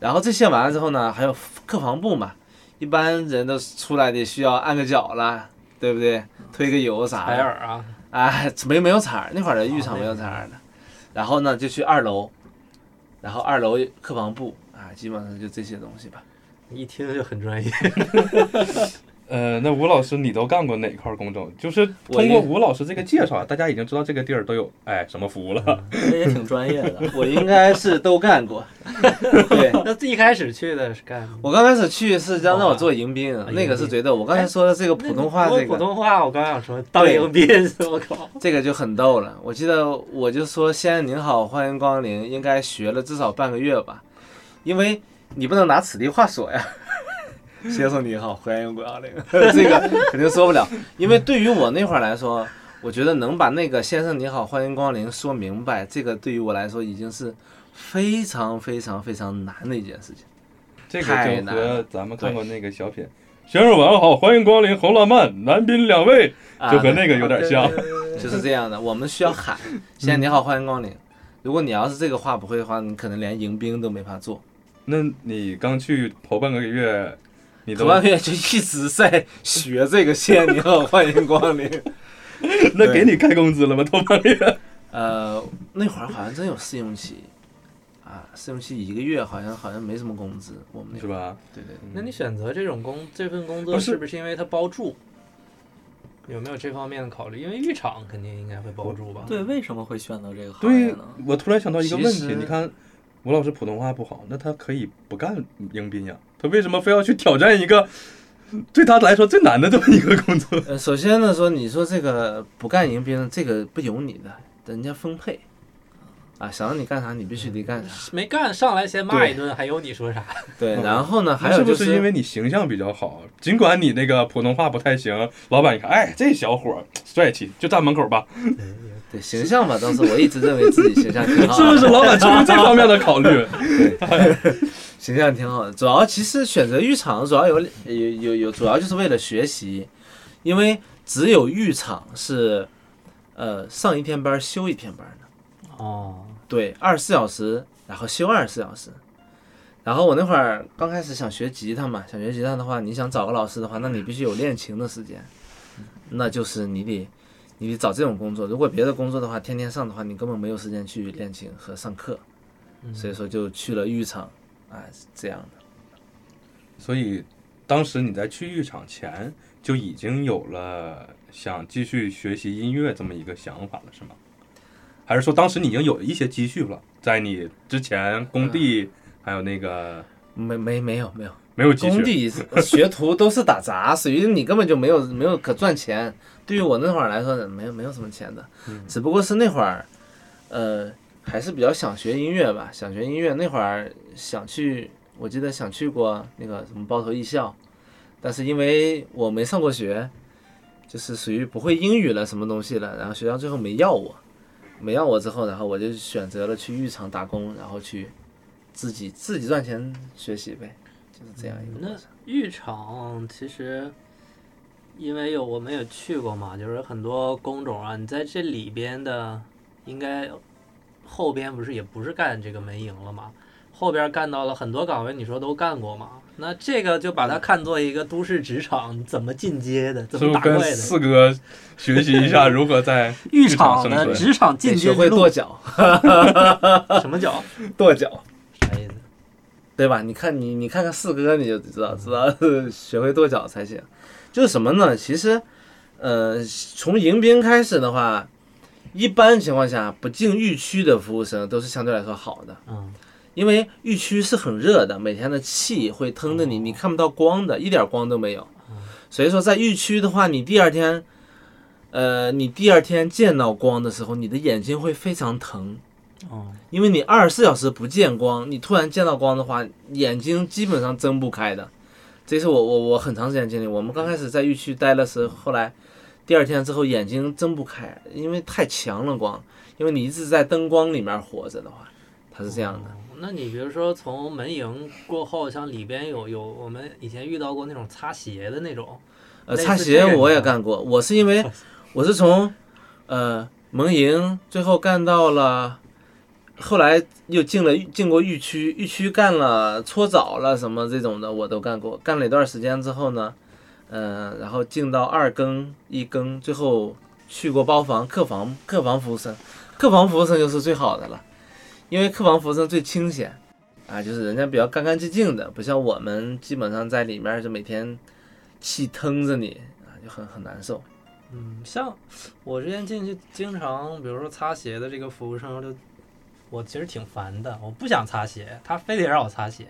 A: 然后这些完了之后呢，还有客房部嘛，一般人都出来得需要按个脚啦，对不对？推个油啥
E: 海
A: 的。
E: 尔啊，
A: 哎，没没有彩儿，那会儿的浴场哦没有彩儿的。然后呢，就去二楼，然后二楼客房部啊，基本上就这些东西吧。
E: 一听就很专业。
B: 呃，那吴老师，你都干过哪块工种？就是
A: 我
B: 通过
A: 也。
B: 吴老师这个介绍，啊大家已经知道这个地儿都有哎什么服务了。
F: 这也挺专业的
A: 我应该是都干 过。对
E: 那一开始去的是干
A: 我刚开始去是让让我做哦迎宾，那个是觉得我刚才说的这个普通话
E: 说
A: 这
E: 普
A: 个，
E: 通话，我刚想说当迎宾， 我靠，
A: 这个就很逗了。我记得我就说先生您好，欢迎光临，应该学了至少半个月吧，因为你不能拿此地话说呀。 先生你好，欢迎光临， 这个肯定说不了，因为对于我那会儿来说，我觉得能把那个先生你好，欢迎光临说明白，这个对于我来说已经是非常非常非常难的一件事情。
B: 这
A: 太
B: 个就
A: 难了
B: 和咱们看过那个小品《先生晚上好，欢迎光临红浪漫，男宾两位》，
A: 啊
B: 就和那个有点像。
A: 对对对对就是这样的。我们需要喊“先你好，欢迎光临”。如果你要是这个话不会的话，你可能连迎宾都没法做。
B: 那你刚去头半个月，你
A: 头
B: 都
A: 半个月就一直在学这个“先你好，欢迎光临
B: 那给你开工资了吗？头半个月？”。
A: 呃，那会儿好像真有试用期，啊，试用期一个月好像好像没什么工资，我们那
B: 是
A: 会儿
B: 吧？
A: 对对对。
E: 那你选择这种工这份工
B: 不
E: 作
B: 是
E: 是不是因为它包住？有没有这方面的考虑？因为浴场肯定应该会包住吧？
F: 对，为什么会选择这个行业
B: 对
F: 呢？，
B: 我突然想到一个问
A: 其
B: 题，
A: 实
B: 你看吴老师普通话不好，那他可以不干迎宾呀，他为什么非要去挑战一个 对他来说最难的这么一个工作？
A: 呃，首先呢，说你说这个不干迎宾，这个不由你的，人家分配，啊，想让你干啥你必须得干啥。
E: 没干上来先骂一顿，还有你说啥？
A: 对，
B: 嗯
A: 然后 呢，还
B: 是
A: 有
B: 不
A: 就是
B: 是因为你形象比较好，尽管你那个普通话不太行，老板一看，哎，这小伙儿帅气，就站门口吧，
A: 对形象吧，当时我一直认为自己形象挺好
B: 是
A: 的，
B: 不是？老板出于这方面的考虑，
A: 形象挺好的。主要其实选择浴场主要有有有有，主要就是为了学习，因为只有浴场是，呃，上一天班儿休一天班儿的。
E: 哦，
A: 对，二十四小时，然后休二十四小时。然后我那会儿刚开始想学吉他嘛，想学吉他的话，你想找个老师的话，那你必须有练琴的时间，那就是你得你得找这种工作。如果别的工作的话，天天上的话，你根本没有时间去练琴和上课，所以说就去了浴场啊，这样的。
B: 所以当时你在去浴场前就已经有了想继续学习音乐这么一个想法了，是吗？还是说当时你已经有一些积蓄了，在你之前工
E: 嗯
B: 地还有那个
A: 没没没有没有，
B: 没有积
A: 工
B: 蓄？
A: 地学徒都是打杂，属于你根本就没有没有可赚钱。对于我那会儿来说，没有没有什么钱的，只不过是那会儿，呃，还是比较想学音乐吧，想学音乐。那会儿想去，我记得想去过那个什么包头艺校，但是因为我没上过学，就是属于不会英语了什么东西了，然后学校最后没要我，没要我之后，然后我就选择了去浴场打工，然后去自己自己赚钱学习呗。就是这样一个过
E: 那
A: 程。
E: 浴场其实，因为有我们也去过嘛，就是很多工种啊，你在这里边的，应该后边不是也不是干这个门营了嘛，后边干到了很多岗位，你说都干过嘛？那这个就把它看作一个都市职场，你怎么进阶的，
B: 是
E: 怎
B: 不
E: 么
B: 是
E: 打
B: 跟
E: 怪的？
B: 四哥学习一下如何在
C: 浴场
B: 场生
C: 的
B: 存
C: 职场进
A: 得
C: 阶
A: 学
C: 之
A: 会
C: 路
A: 跺，脚，
E: 什么脚？
A: 跺脚，
E: 啥意思？
A: 对吧？你看你你看看四哥，你就知道知道 学会跺脚才行。就是什么呢？其实，呃，从迎宾开始的话，一般情况下不进浴区的服务生都是相对来说好的，
E: 嗯，
A: 因为浴区是很热的，每天的气会腾着你，你看不到光的，一点光都没有。所以说，在浴区的话，你第二天，呃，你第二天见到光的时候，你的眼睛会非常疼。
E: 哦，
A: 因为你二十四小时不见光，你突然见到光的话，眼睛基本上睁不开的。这是我我我很长时间经历。我们刚开始在浴区待的时候，后来第二天之后眼睛睁不开，因为太强了光，因为你一直在灯光里面活着的话，它是这样的。
E: 那你比如说从门营过后，像里边有有我们以前遇到过那种擦鞋的那种，
A: 呃，
E: 类似
A: 擦
E: 这
A: 鞋
E: 个
A: 我也
E: 情况
A: 干过，我是因为 我是从呃蒙营最后干到了，后来又进了进过浴区，浴区干了搓澡了什么这种的我都干过，干了一段时间之后呢，嗯、然后进到二更一更，最后去过包房、客房、客房服务生，客房服务生就是最好的了，因为客房服务生最清闲。啊，就是人家比较干干净净的，不像我们基本上在里面就每天气腾着你啊，就很很难受。
E: 嗯，像我之前进去经常，比如说擦鞋的这个服务生就，我其实挺烦的，我不想擦鞋，他非得让我擦鞋，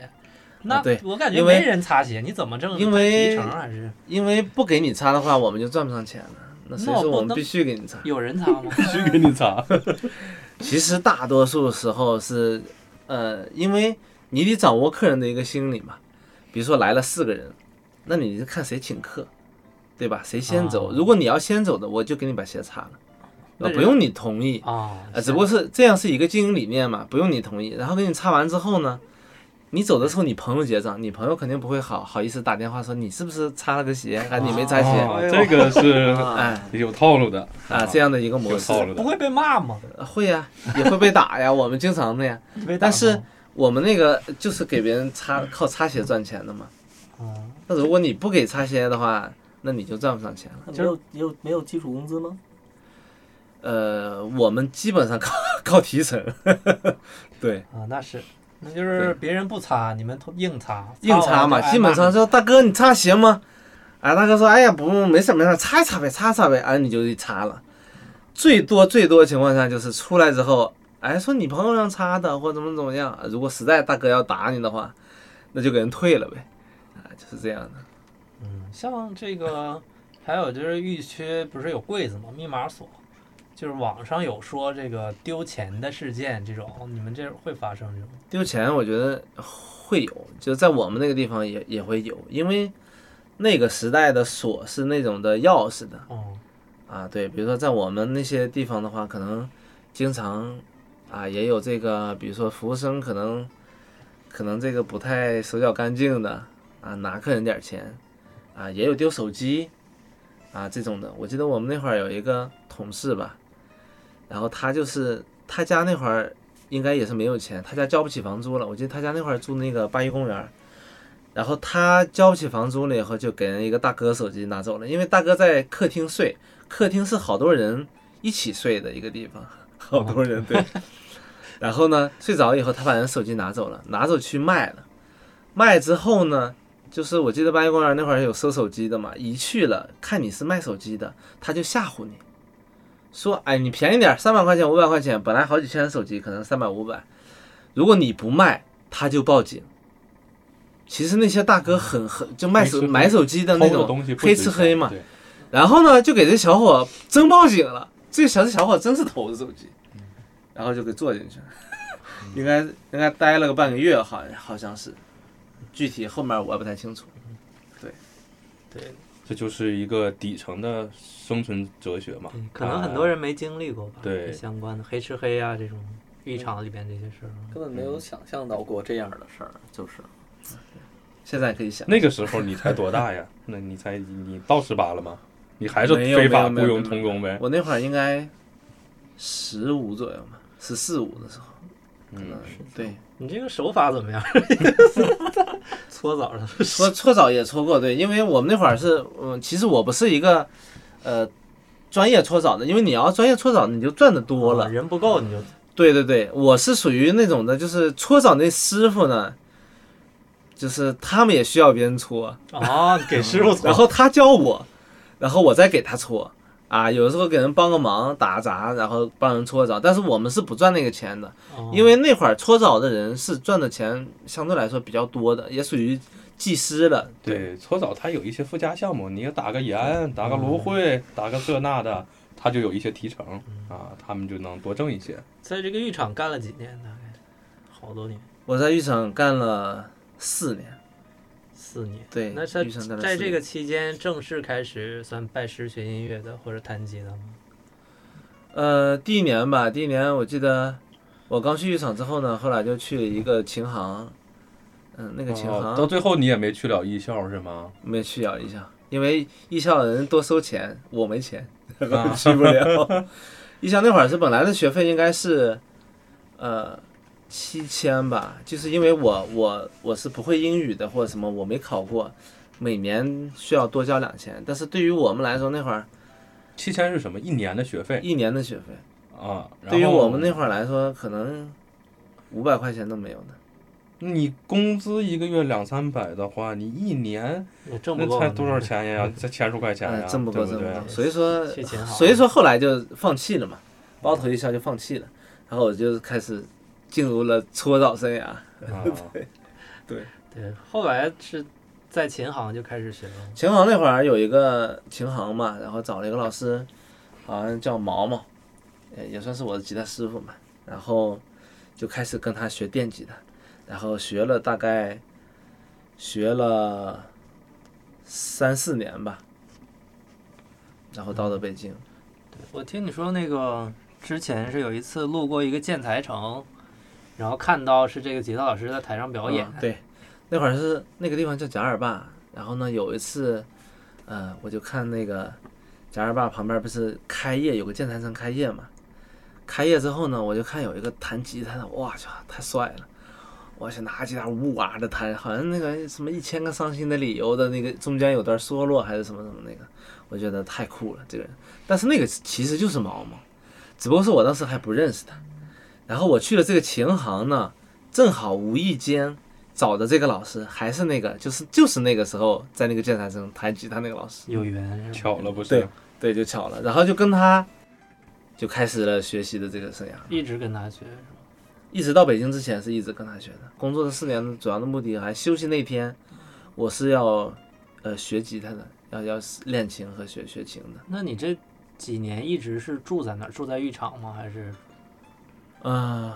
E: 那、
A: 啊对
E: 我感觉
A: 因为
E: 没人擦鞋，你怎么挣
A: 因为
E: 提成 还是
A: 因为不给你擦的话，我们就赚不上钱了。那所以
E: 那我
A: 说我
E: 不
A: 们
E: 能
A: 必须给你擦。
E: 有人擦吗？
B: 必须给你擦，
A: 其实大多数时候是，呃，因为你得掌握客人的一个心理嘛。比如说来了四个人，那你就看谁请客，对吧？谁先走？
E: 啊
A: 如果你要先走的，我就给你把鞋擦了，
E: 那
A: 呃
E: 人
A: 不用你同意。
E: 啊、
A: 呃，只不过是这样是一个经营理念嘛，不用你同意。然后给你擦完之后呢，你走的时候你朋友结账，你朋友肯定不会好好意思打电话说你是不是擦了个鞋，啊你没擦鞋，
E: 哎
B: 哦这个是
E: 啊
A: 哎
B: 有套路的
A: 啊这样的一个模
B: 有
A: 式
B: 套路
E: 不
B: 的。
E: 会被骂吗？
A: 会呀、也会被打呀，我们经常的呀。
E: 被打
A: 但是
E: 吗
A: 我们那个就是给别人擦靠擦鞋赚钱的嘛。
E: 啊，
A: 那如果你不给擦鞋的话，那你就赚不上钱了。
F: 那没有没有没有基础工资吗？
A: 呃，我们基本上靠 靠提成，对，
E: 啊，那是，那就是
A: 对
E: 别人不擦，你们硬擦，
A: 硬擦
E: 完
A: 嘛，
E: 就挨哎
A: 基本上
E: 骂
A: 说大哥你擦鞋吗？啊，大哥说哎呀不没事没事，擦一擦呗，擦一擦呗，啊你就得擦了。最多最多情况下就是出来之后，哎说你朋友让擦的或怎么怎么样，如果实在大哥要打你的话，那就给人退了呗，啊就是这样的。
E: 像这个，还有就是预区不是有柜子吗？密码锁，就是网上有说这个丢钱的事件，这种你们这会发生这种？
A: 丢钱，我觉得会有，就在我们那个地方也也会有，因为那个时代的锁是那种的钥匙的
E: 哦、
A: 啊，对，比如说在我们那些地方的话，可能经常啊也有这个，比如说服务生可能可能这个不太手脚干净的啊，拿客人点儿钱啊，也有丢手机啊这种的。我记得我们那会儿有一个同事吧，然后他就是他家那会儿应该也是没有钱，他家交不起房租了。我记得他家那会儿住那个八一公园儿，然后他交不起房租了以后，就给人一个大哥手机拿走了，因为大哥在客厅睡，客厅是好多人一起睡的一个地方， 好多人 对。然后呢，睡着以后，他把人手机拿走了，拿走去卖了。卖之后呢，就是我记得八一公园那会儿有收手机的嘛，一去了看你是卖手机的，他就吓唬你，说：“哎，你便宜点，三百块钱、五百块钱，本来好几千的手机，可能三百、五百，如果你不卖，他就报警。”其实那些大哥很很就卖手
B: 黑吃黑
A: 买手机的
B: 偷
A: 那
B: 的
A: 种
B: 东西不
A: 黑
B: 值
A: 吃
B: 钱
A: 黑嘛，
B: 对
A: 然后呢，就给这小伙真报警了。这小这小伙真是偷的手机，然后就给坐进去了，应该应该待了个半个月，好像好像是，具体后面我也不太清楚。
E: 对，
B: 这就是一个底层的生存哲学嘛。
E: 嗯可能很多人没经历过吧，
B: 对
E: 相关的黑吃黑啊这种浴场里边这些事儿。啊
F: 根本没有想象到过这样的事儿，就是
A: 现在可以想，
B: 那个时候你才多大呀？ 那你才你到十八了吗？你还是
A: 没有
B: 非法
A: 没有
B: 雇
A: 没有
B: 佣童工呗？
A: 我那会儿应该十五左右嘛，十四五的时候，可能、
B: 嗯，
A: 对，
E: 你这个手法怎么样？ 搓澡的，
A: 搓搓澡也搓过，对，因为我们那会儿是，嗯，其实我不是一个，呃，专业搓澡的，因为你要专业搓澡，你就赚的多了
E: 啊，人不够你就
A: 对对对，我是属于那种的，就是搓澡那师傅呢，就是他们也需要别人搓，
E: 啊给师傅搓
A: 然。后他教我，然后我再给他搓啊，有的时候给人帮个忙打杂，然后帮人搓澡，但是我们是不赚那个钱的，
E: 哦
A: 因为那会儿搓澡的人是赚的钱相对来说比较多的，也属于技师了，
B: 对，搓澡它有一些附加项目，你也打个盐，打个芦
A: 嗯
B: 荟，打个这那的，它就有一些提成啊，他们就能多挣一些。
E: 在这个浴场干了几年，大概好多年，
A: 我在浴场干了四年，
E: 四年。
A: 对，
E: 那在
A: 浴场干了
E: 在
A: 四
E: 这
A: 年
E: 个期间正式开始算拜师学音乐的或者弹吉他吗？
A: 呃，第一年吧，第一年我记得我刚去浴场之后呢，后来就去了一个琴行，嗯，那个琴
B: 哦到
A: 行
B: 最后你也没去了艺校是吗？
A: 没去咬一下，因为艺校人多收钱，我没钱，
B: 啊
A: 去不了。艺校那会儿是本来的学费应该是，呃，七千吧，就是因为我我我是不会英语的或者什么，我没考过，每年需要多交两千，但是对于我们来说那会儿
B: 七千是什么？一年的学费
A: 一年的学费。
B: 啊？然
A: 对于
B: 后
A: 我们那会儿来说，可能五百块钱都没有呢。
B: 你工资一个月两三百的话，你一年
E: 也挣不
B: 那
E: 够
B: 才
E: 呢
B: 多少？钱呀？才千数块钱
A: 哎
B: 呀，，
A: 挣不够，
B: 对
A: 挣
B: 不
A: 不
B: 对？
A: 够。所以说，
E: 去琴行
A: 所以说后来就放弃了嘛，包头一下就放弃了。然后我就开始进入了搓澡生涯。
B: 啊，
E: 对，后来是在琴行就开始学了。
A: 琴行那会儿有一个琴行嘛，然后找了一个老师，好像叫毛毛，也也算是我的吉他师傅嘛。然后就开始跟他学电吉他，然后学了大概学了三四年吧，然后到了北京。
E: 我听你说那个之前是有一次路过一个建材城，然后看到是这个吉他老师在台上表演，
A: 嗯对，那会儿是那个地方叫贾尔坝，然后呢有一次，呃，我就看那个贾尔坝旁边不是开业有个剑台城开业嘛，开业之后呢，我就看有一个弹吉他的，哇去，太帅了。我去拿吉他呜哇的弹，好像那个什么一千个伤心的理由的那个中间有段梭落还是什么什么那个，我觉得太酷了这个人。但是那个其实就是毛毛，只不过是我当时还不认识他。然后我去了这个琴行呢，正好无意间找的这个老师还是那个，就是就是那个时候在那个键盘上弹吉他那个老师，
E: 有缘是吧？
B: 啊巧了不
A: 对
B: 是？
A: 对，就巧了，然后就跟他就开始了学习的这个生涯，
E: 一直跟他学是吧？
A: 一直到北京之前是一直跟他学的。工作的四年的主要的目的还休息那天，我是要呃学吉他的，要要练琴和学学琴的。
E: 那你这几年一直是住在哪儿？住在浴场吗？还是
A: 啊、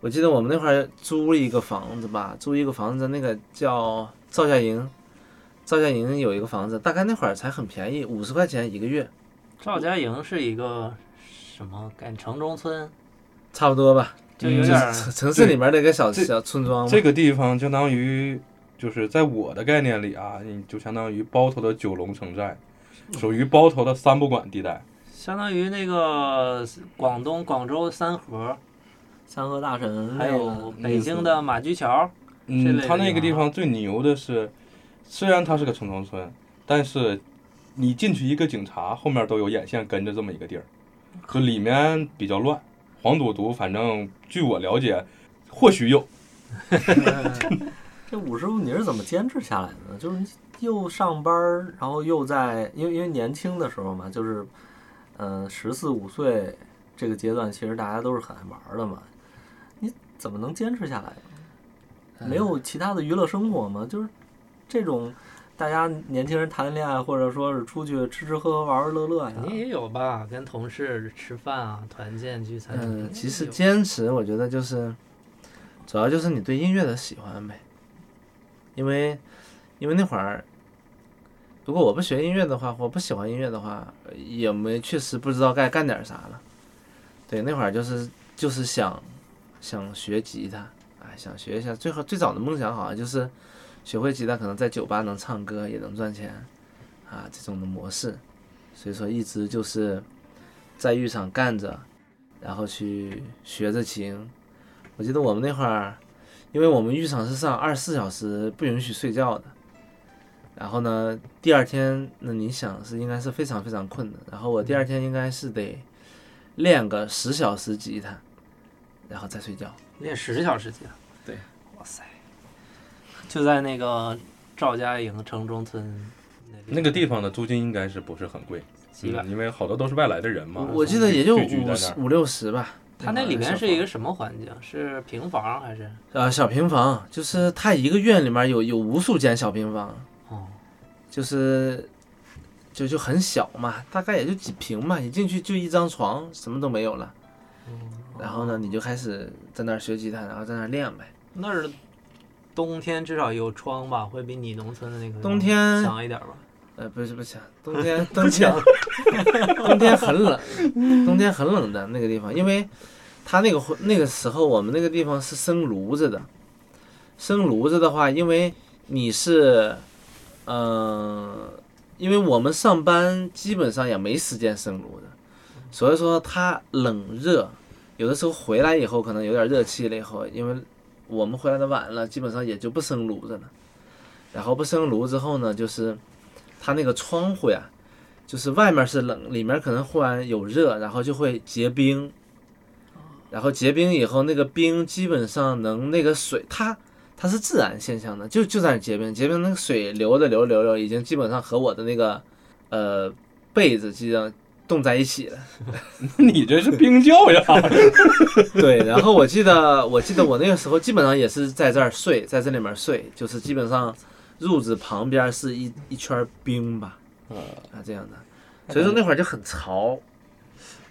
A: 我记得我们那块儿租了一个房子吧，租一个房子，那个叫赵家营，赵家营有一个房子，大概那会儿才很便宜，五十块钱一个月，
E: 赵家营是一个什么？感城中村
A: 差不多吧，
E: 就有
A: 就
E: 点儿
A: 是城城市里面的一个小
B: 这
A: 小村庄吧。
B: 这个地方相当于就是在我的概念里啊，你就相当于包头的九龙城寨，属于包头的三不管地带。
E: 相当于那个广东广州三河，
F: 三河大神
E: 还有北京的马驹桥，这
B: 嗯
E: 类，的
B: 它那个
E: 地
B: 地
E: 方
B: 方最牛的是，虽然它是个城中村，但是你进去一个警察，后面都有眼线跟着这么一个地儿，就里面比较乱。黄赌毒，反正据我了解，或许有。
F: 这五师傅你是怎么坚持下来的呢？就是又上班儿，然后又在，因为因为年轻的时候嘛，就是，嗯，十四五岁这个阶段，其实大家都是很爱玩儿的嘛。你怎么能坚持下来呢？没有其他的娱乐生活吗？就是这种大家年轻人谈恋爱，或者说是出去吃吃喝喝、玩玩乐乐呀
E: 肯。定也有吧？跟同事吃饭啊，团建聚餐。肯
A: 嗯，
E: 定也
A: 其实
E: 有
A: 坚持，我觉得就是，主要就是你对音乐的喜欢呗。因为，因为那会儿，如果我不学音乐的话，或不喜欢音乐的话，也没确实不知道该干点啥了。对，那会儿就是就是想想学吉他，哎，想学一下。最后最早的梦想好像就是学会吉他，可能在酒吧能唱歌，也能赚钱，啊，这种的模式。所以说一直就是在浴场干着，然后去学着琴。我记得我们那会儿，因为我们浴场是上二十四小时不允许睡觉的，然后呢，第二天那你想是应该是非常非常困的。然后我第二天应该是得练个十小时吉他，然后再睡觉。
E: 练十小时级。啊
A: 对，
E: 哇塞，就在那个赵家营城中村
B: 那个地方的租金应该是不是很贵？
E: 几百
B: 嗯，因为好多都是外来的人嘛。
A: 我记得也就
B: 聚聚在
A: 五
B: 那
A: 十
B: 儿
A: 五六十吧。
E: 它那里面是一个什么环境？是平房还是？
A: 呃小平房，就是它一个院里面有有无数间小平房，
E: 哦，
A: 就是就就很小嘛，大概也就几平嘛，你进去就一张床，什么都没有了。然后呢，你就开始在那儿学吉他，然后在那儿练呗。
E: 那儿冬天至少有窗吧，会比你农村的那个
A: 冬天
E: 强一点吧？
A: 呃，不是不强，冬天冬天 冬天很冷，冬天很冷的那个地方，因为它那个会那个时候我们那个地方是生炉子的，生炉子的话，因为你是，呃，因为我们上班基本上也没时间生炉子，所以说它冷热，有的时候回来以后可能有点热气了以后，因为我们回来的晚了，基本上也就不生炉子了，然后不生炉之后呢，就是。它那个窗户呀，就是外面是冷，里面可能忽然有热，然后就会结冰。然后结冰以后，那个冰基本上能那个水，它它是自然现象的，就就在那结冰，结冰那个水流着流着流着，已经基本上和我的那个呃被子基本上冻在一起了。
B: 你这是冰窖呀！
A: 对，然后我记得，我记得我那个时候基本上也是在这儿睡，在这里面睡，就是基本上褥子旁边是一一圈冰吧，啊这样的，所以说那会儿就很潮。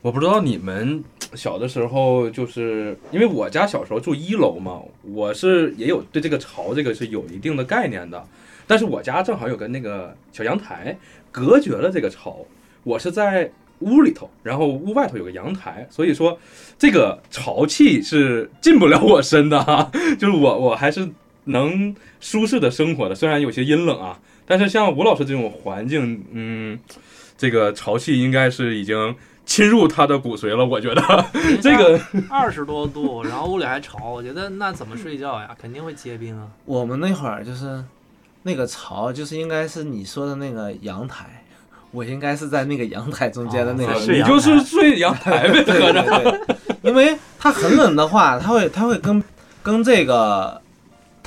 B: 我不知道你们小的时候，就是因为我家小时候住一楼嘛，我是也有对这个潮这个是有一定的概念的，但是我家正好有个那个小阳台，隔绝了这个潮。我是在屋里头，然后屋外头有个阳台，所以说这个潮气是进不了我身的 啊，就是我我还是能舒适的生活的，虽然有些阴冷啊，但是像吴老师这种环境，嗯，这个潮气应该是已经侵入他的骨髓了，我觉得 啊这个
E: 二十多度，然后屋里还潮，我觉得那怎么睡觉呀？肯定会结冰啊。
A: 我们那会儿就是那个槽，就是应该是你说的那个阳台，我应该是在那个阳台中间的那个
C: 哦
A: 位置。
C: 是
B: 啊你
C: 阳
B: 就是
C: 台
B: 睡阳台呗，
A: 对对对， 因为它很冷的话，它会它会跟跟这个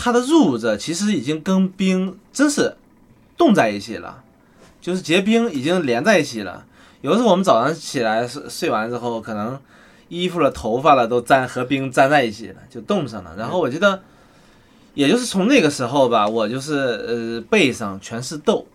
A: 它的入着其实已经跟冰真是冻在一起了，就是结冰已经连在一起了。有的时候我们早上起来睡睡完之后，可能衣服了、头发了都沾和冰沾在一起了，就冻上了。然后我记得，也就是从那个时候吧，我就是呃背上全是痘，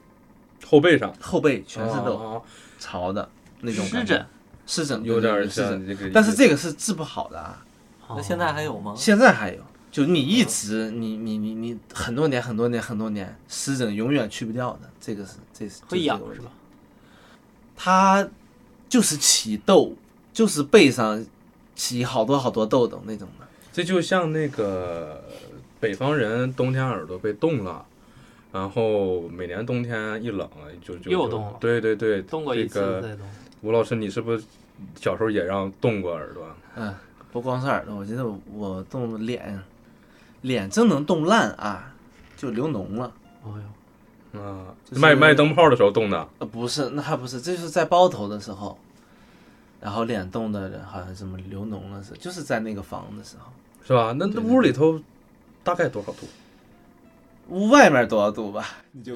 B: 后背上
A: 后背全是痘，
B: 哦
A: 潮的那种
E: 湿
A: 感觉
E: 疹，
A: 湿疹，
B: 有
A: 对
B: 点
A: 对湿疹。
B: 像这个，
A: 但是这个是治不好的啊，
F: 那现在还有
E: 哦
F: 吗？
A: 现在还有，就你一直你你你你很多年很多年很多年，湿疹永远去不掉的，这个是这是
E: 会痒是？
A: 这个问
E: 吧
A: 题？它就是起痘，就是背上起好多好多痘痘那种的。
B: 这就像那个北方人冬天耳朵被冻了，然后每年冬天一冷就就
E: 又冻了
B: 对对对，
E: 冻过一次
B: 这个
E: 再冻。
B: 吴老师，你是不是小时候也让冻过耳朵？
A: 嗯，不光是耳朵，我觉得我我冻脸，脸真能冻烂啊，就流脓了。
E: 哎呦，
B: 啊，
A: 就是
B: 卖卖灯泡的时候冻的，
A: 呃，不是，那还不是，这就是在包头的时候，然后脸冻的好像什么流脓了似的，就是在那个房的时候。
B: 是吧？那那
A: 对对
B: 屋里头大概多少度？
A: 屋外面多少度吧？你就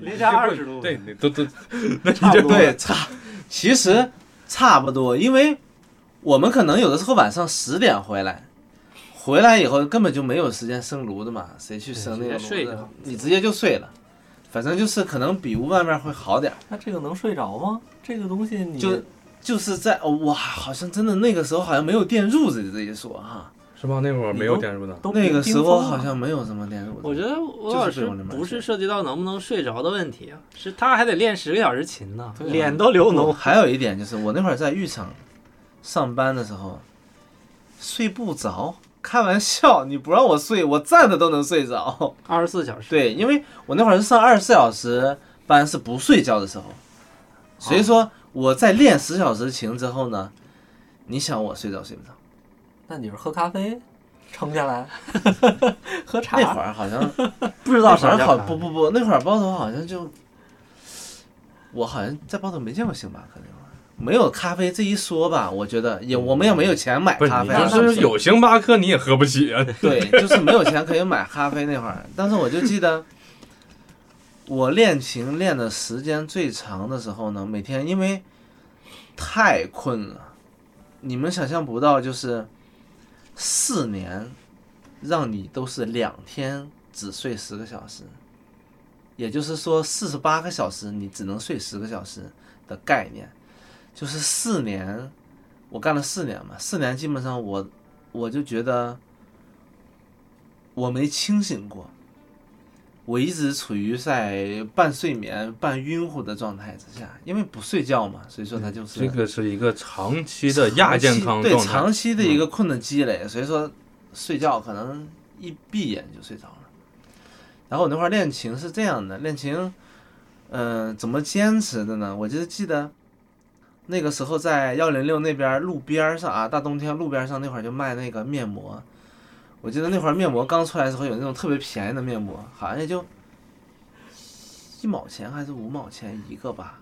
B: 零
E: 下20度
B: 对，你都都
A: 差不多对差，其实差不多，因为我们可能有的时候晚上十点回来，回来以后根本就没有时间生炉子嘛，谁去生那个
E: 直接睡
A: 炉子
E: 着？
A: 你直接就睡了，反正就是可能比屋外面会好点儿。
F: 那这个能睡着吗？这个东西你
A: 就就是在哦哇，好像真的那个时候好像没有电褥子这一说哈，
B: 是吧？那会儿没有电褥的，
F: 都
A: 那个时候好
F: 像。
A: 像没有什么电褥子。
E: 我觉得
A: 就
E: 吴
A: 是
E: 老
A: 这
E: 师
A: 种的嘛
E: 不是
A: 是
E: 涉及到能不能睡着的问题啊，是他还得练十个小时琴呢，
F: 对啊
E: 脸都流
A: 我
E: 脓。
A: 还有一点就是，我那会儿在浴场上班的时候，睡不着。开玩笑，你不让我睡，我站着都能睡着。
E: 二十四小时。
A: 对，因为我那会儿是上二十四小时班，是不睡觉的时候，所以说我在练十小时琴之后呢，你想我睡着睡不着？
F: 那你是喝咖啡撑下来，喝茶？
A: 那会儿好像
E: 不知
A: 那会
E: 啥
A: 儿
E: 叫
A: 好
E: 看
A: 不不不，那会儿包头好像就，我好像在包头没见过星巴克那会儿，没有咖啡这一说吧？我觉得也我们也没有钱买
B: 不是
A: 咖
B: 你
A: 啡啊，那
B: 就是有星巴克你也喝不起啊！
A: 对，就是没有钱可以买咖啡那会儿，但是我就记得，我练琴练的时间最长的时候呢，每天因为太困了，你们想象不到，就是四年，让你都是两天只睡十个小时，也就是说四十八个小时你只能睡十个小时的概念，就是四年，我干了四年嘛，四年基本上我我就觉得。我没清醒过，我一直处于在半睡眠、半晕乎的状态之下，因为不睡觉嘛，所以说他就是
B: 这个是一个长期的亚健康
A: 对
B: 状态，嗯
A: 长期的一个困的积累，所以说睡觉可能一闭眼就睡着了。然后我那块儿练琴是这样的，练琴，嗯、怎么坚持的呢？我就记得那个时候在幺零六那边儿路边儿上啊，大冬天路边儿上那会儿就卖那个面膜，我记得那会儿面膜刚出来的时候有那种特别便宜的面膜，好像也就一毛钱还是五毛钱一个吧。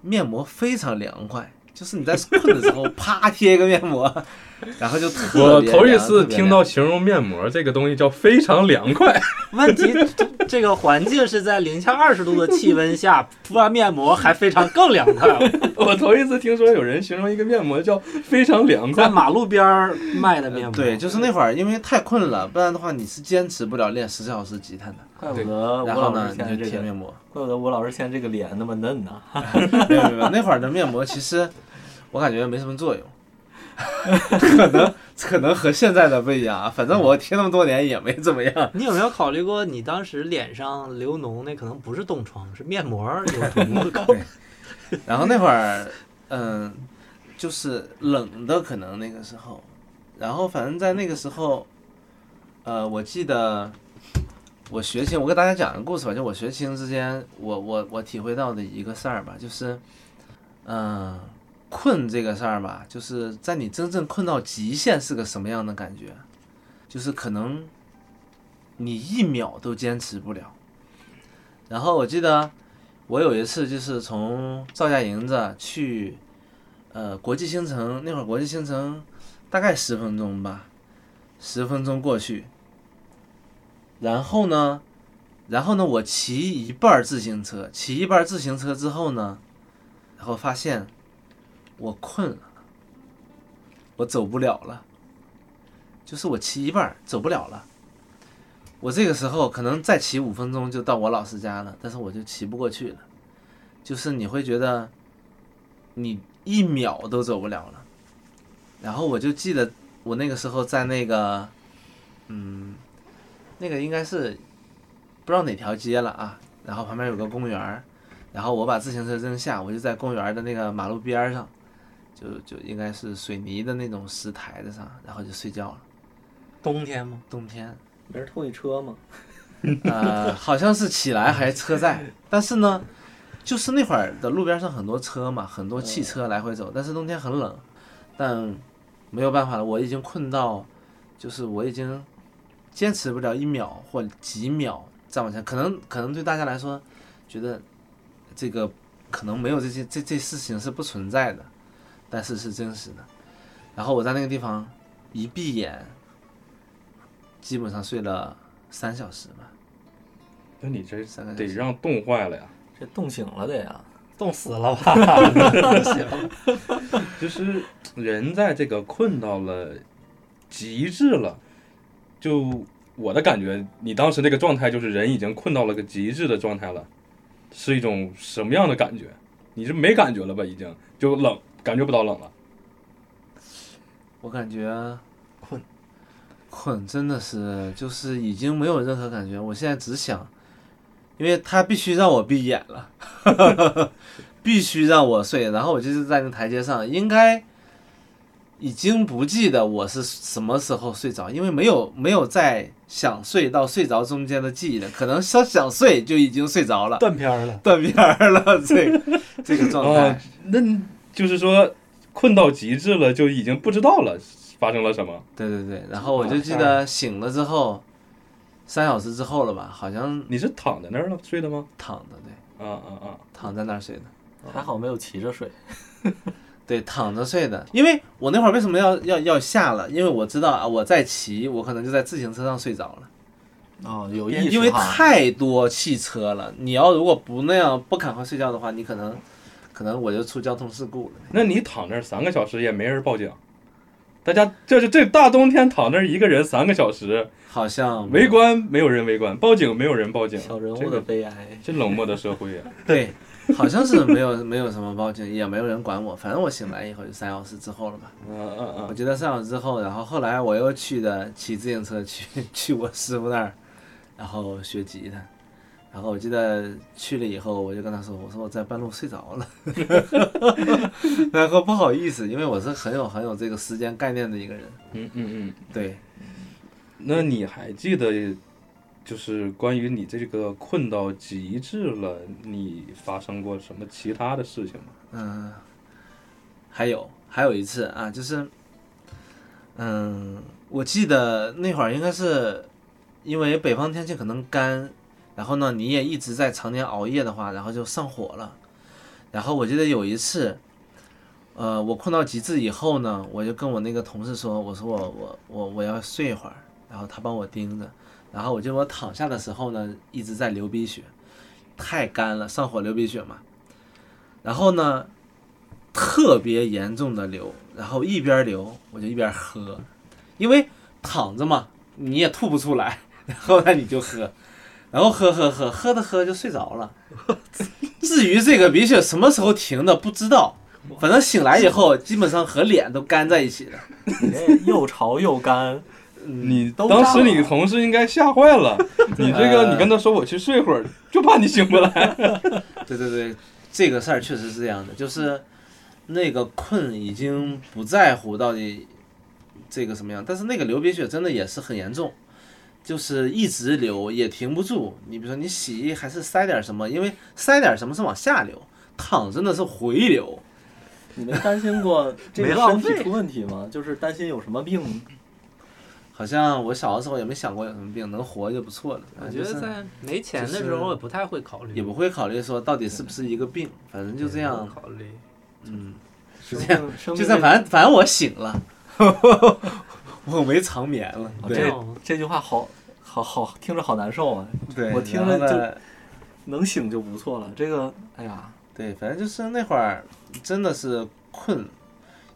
A: 面膜非常凉快，就是你在困的时候啪贴一个面膜，然后就特
B: 我
A: 别
B: 头一
A: 凉
B: 次听，到形容面膜这个东西叫非常凉快，
E: 问题，这这个环境是在零下二十度的气温下，敷完面膜还非常更凉快。
B: 我头一次听说有人形容一个面膜叫非常凉
E: 在
B: 快。
E: 马路边儿卖的
A: 特别
E: 面
A: 凉
E: 膜，
A: 对，就是那会儿因为太困了，不然的话你是坚持不了练十小时吉他的。
F: 怪不得吴
A: 然后
F: 老师
A: 呢，
F: 现在
A: 你就
F: 这
A: 贴
F: 个，
A: 面膜。
F: 怪不得吴老师现在这个脸那么嫩呢。
A: 没有没有，那会儿的面膜其实我感觉没什么作用，可能可能和现在的不一样啊。反正我贴那么多年也没怎么样。
E: 你有没有考虑过，
A: 呃
E: 你当时脸上流脓那可能不是冻疮，是面膜有毒？
A: 然后那会儿，嗯，就是冷的，可能那个时候，然后反正在那个时候，呃，我记得我学琴，我给大家讲个故事吧，就我学琴之间，我我我体会到的一个事儿吧，就是，嗯、困这个事儿吧，就是在你真正困到极限是个什么样的感觉，就是可能你一秒都坚持不了。然后我记得我有一次就是从赵家营子去呃国际新城，那会儿国际新城大概十分钟吧，十分钟过去。然后呢，然后呢，我骑一半儿自行车，骑一半儿自行车之后呢，然后发现我困了，我走不了了，就是我骑一半儿走不了了。我这个时候可能再骑五分钟就到我老师家了，但是我就骑不过去了，就是你会觉得你一秒都走不了了。然后我就记得我那个时候在那个，嗯，那个应该是不知道哪条街了啊，然后旁边有个公园儿，然后我把自行车扔下，我就在公园儿的那个马路边儿上，就就应该是水泥的那种石台子上，然后就睡觉了，
E: 冬天吗？
A: 冬天。
F: 没人偷你车吗？
A: 呃，好像是起来还是车载，但是呢，就是那会儿的路边上很多车嘛，很多汽车来回走，但是冬天很冷，但没有办法了，我已经困到，就是我已经坚持不了一秒或几秒再往前，可能可能对大家来说，觉得这个可能没有这些这这事情是不存在的，但是是真实的。然后我在那个地方一闭眼，基本上睡了三小时吧。
B: 那你这
A: 三个小
B: 得
A: 时
B: 让冻坏了呀。
F: 这冻醒了得呀，
E: 冻死了吧？冻死了
B: 就是人在这个困到了极致了，就我的感觉，你当时那个状态就是人已经困到了个极致的状态了，是一种什么样的感觉？你是没感觉了吧？已经就冷，感觉不到冷了。
A: 我感觉困，困真的是就是已经没有任何感觉，我现在只想，因为他必须让我闭眼了， 必须让我睡，然后我就是在那台阶上，应该已经不记得我是什么时候睡着，因为没有没有在想睡到睡着中间的记忆了，可能想想睡就已经睡着了，
E: 断片儿了。
A: 断片儿了，这个、这个状态
B: 啊。那就是说困到极致了，就已经不知道了发生了什么。
A: 对对对，然后我就记得醒了之后，三小时之后了吧，好像
B: 你是躺在那儿了睡的吗？
A: 躺着对，
B: 啊啊啊！
A: 躺在那儿睡的，
F: 还好没有骑着睡。
A: 对，躺着睡的。因为我那会儿为什么要要要下了？因为我知道啊，我在骑，我可能就在自行车上睡着了，
F: 哦，有意识哈。
A: 因为太多汽车了。你要如果不那样不赶快睡觉的话，你可能可能我就出交通事故了。
B: 那你躺那儿三个小时也没人报警，大家这是这大冬天躺那儿一个人三个小时，
A: 好像
B: 围观没有人围观，报警没有人报警，
F: 小人
B: 这
F: 物的
B: 个
F: 悲哀。
B: 这冷漠的社会啊！
A: 对，好像是没有没有什么报警，也没有人管我。反正我醒来以后就三小时之后了吧。
B: 嗯嗯
A: 我
B: 嗯，
A: 觉得上小时之后，然后后来我又去的骑自行车去 去我师傅那儿，然后学吉他，然后我记得去了以后，我就跟他说，我说我在半路睡着了， 然后不好意思，因为我是很有很有这个时间概念的一个人，
B: 嗯嗯嗯。
A: 对，
B: 那你还记得，就是关于你这个困到极致了，你发生过什么其他的事情吗？
A: 嗯，还有还有一次啊，就是，嗯，我记得那会儿应该是因为北方天气可能干，然后呢你也一直在常年熬夜的话，然后就上火了。然后我记得有一次，呃，我困到极致以后呢，我就跟我那个同事说，我说我我我我要睡一会儿，然后他帮我盯着，然后我就我躺下的时候呢，一直在流鼻血，太干了，上火流鼻血嘛。然后呢，特别严重的流，然后一边流我就一边喝，因为躺着嘛，你也吐不出来， 然后呢你就喝，然后喝喝喝喝着喝就睡着了。至于这个鼻血什么时候停的不知道，反正醒来以后基本上和脸都干在一起了。
F: 你这又潮又干，
B: 你
F: 都
B: 当时
F: 炸了
B: 你同事应该吓坏 了，你这个
A: 呃
B: 你跟他说我去睡会儿，就怕你醒不来。
A: 对对对，这个事儿确实是这样的，就是那个困已经不在乎到底这个什么样，但是那个流鼻血真的也是很严重，就是一直流也停不住。你比如说你洗衣还是塞点什么，因为塞点什么是往下流，淌真的是回流。
F: 你没担心 过这
A: 没
F: 个
A: 浪
F: 身体
A: 费
F: 出问题吗？就是担心有什么病吗？
A: 好像我小的时候也没想过有什么病，能活就不错了。
E: 我觉
A: 就是
E: 得在没钱的时候也不太会考虑，
A: 也不会考虑说到底是不是一个病，反正就这样
E: 不，考虑。
A: 嗯，
F: 是
A: 这样，
F: 生
A: 就
F: 命
A: 算反正反正我醒了， 我没长眠了。
F: 哦
A: 对
E: 这
F: 对
E: 种
F: 这句话好好好听着好难受啊！
A: 对，
F: 我听
A: 然后
F: 着就
A: 呢
F: 能醒就不错了。这个，哎呀，
A: 对，反正就是那会儿真的是困，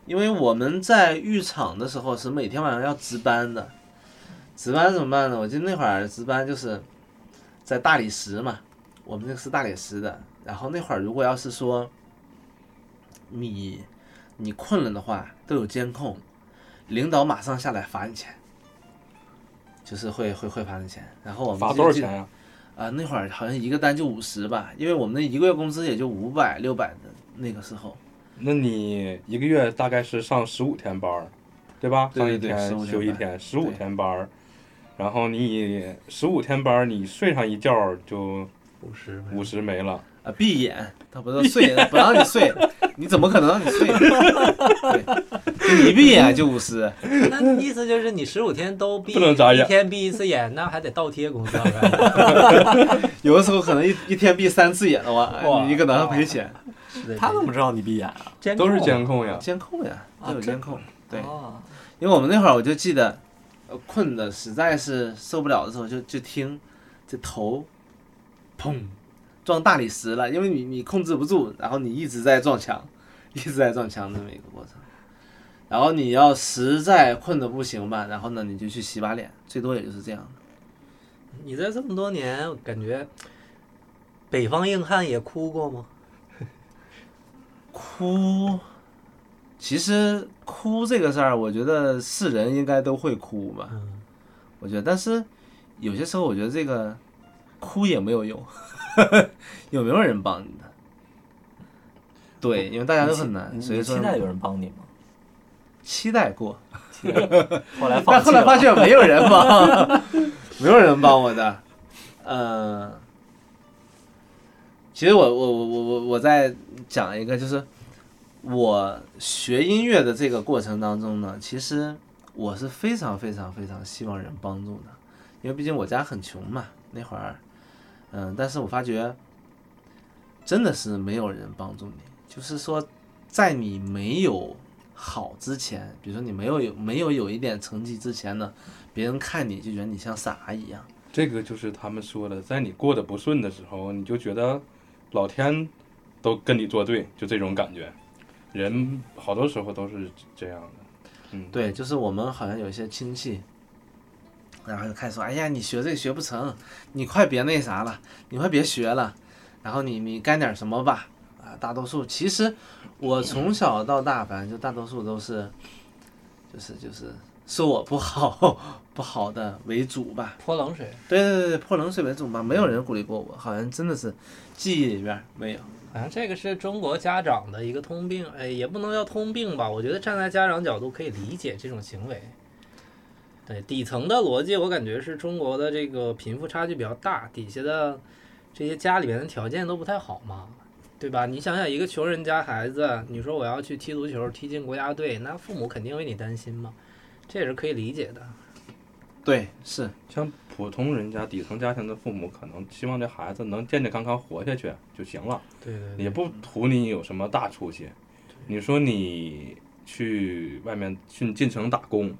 A: 因为我们在浴场的时候是每天晚上要值班的，值班怎么办呢？我记得那会儿值班就是在大理石嘛，我们那个是大理石的。然后那会儿如果要是说你你困了的话，都有监控，领导马上下来罚你钱，就是会会会罚你钱。然后我们
B: 罚
A: 就
B: 多少
A: 记得
B: 钱呀、
A: 啊，那会儿好像一个单就五十吧，因为我们那一个月工资也就五百六百的那个时候。
B: 那你一个月大概是上十五天班儿，对吧？
A: 对对对
B: 上
A: 15
B: 一天休一天，十五
A: 对
B: 天班儿。然后你十五天班儿，你睡上一觉儿就
E: 五十，
B: 五十没了。
A: 啊，闭眼，他不是睡，不让你睡，你怎么可能让你睡？对，就你一闭眼就五十，
E: 那意思就是你十五天都闭，
B: 不能眨眼
E: 一天闭一次眼，那还得倒贴工资啊。
A: 有的时候可能一一天闭三次眼的话，
E: 哇
A: 你可能要赔钱。
F: 他怎么知道你闭眼啊？
B: 都是监控呀。
A: 监控呀，
F: 啊
A: 都有
F: 这
A: 监控。对，
F: 哦
A: 因为我们那会儿我就记得，呃，困的实在是受不了的时候就，就听这头，砰，撞大理石了，因为你你控制不住，然后你一直在撞墙，一直在撞墙这么一个过程。然后你要实在困的不行吧，然后呢你就去洗把脸，最多也就是这样的。
E: 你在这么多年，我感觉北方硬汉也哭过吗？
A: 哭，其实哭这个事儿，我觉得是人应该都会哭吧。
E: 嗯，
A: 我觉得，但是有些时候，我觉得这个哭也没有 用，有没有人帮你的？对，因为大家都很难，
F: 你
A: 所以
F: 你
A: 说
F: 期待有人帮 你吗？
A: 期待过，
F: 期待后来
A: 但
F: 放弃
A: 后来
F: 了。
A: 发现没有人 帮，没有人帮我的。嗯，其实我我我我我我再讲一个，就是我学音乐的这个过程当中呢，其实我是非常非常非常希望人帮助的，因为毕竟我家很穷嘛，那会儿，嗯，但是我发觉真的是没有人帮助你，就是说在你没有好之前，比如说你没有有没有有一点成绩之前呢，别人看你就觉得你像傻一样。
B: 这个就是他们说的，在你过得不顺的时候，你就觉得老天都跟你作对，就这种感觉。人好多时候都是这样的。嗯，
A: 对，就是我们好像有一些亲戚，然后就开始说：“哎呀，你学这个学不成，你快别那啥了，你快别学了，然后你你干点什么吧。”啊，大多数其实我从小到大，反正就大多数都是，就是就是说我不好不好的为主吧。
E: 泼冷水，
A: 对对对对，泼冷水为主吧，没有人鼓励过我，好像真的是记忆里边儿没有。
E: 好像这个是中国家长的一个通病，哎，也不能叫通病吧。我觉得站在家长角度可以理解这种行为。对底层的逻辑，我感觉是中国的这个贫富差距比较大，底下的这些家里面的条件都不太好嘛，对吧？你想想，一个穷人家孩子，你说我要去踢足球，踢进国家队，那父母肯定为你担心嘛，这也是可以理解的。
A: 对，是
B: 像普通人家底层家庭的父母，可能希望这孩子能健健康康活下去就行了，
E: 对对对
B: 也不图你有什么大出息。你说你去外面去进城打工，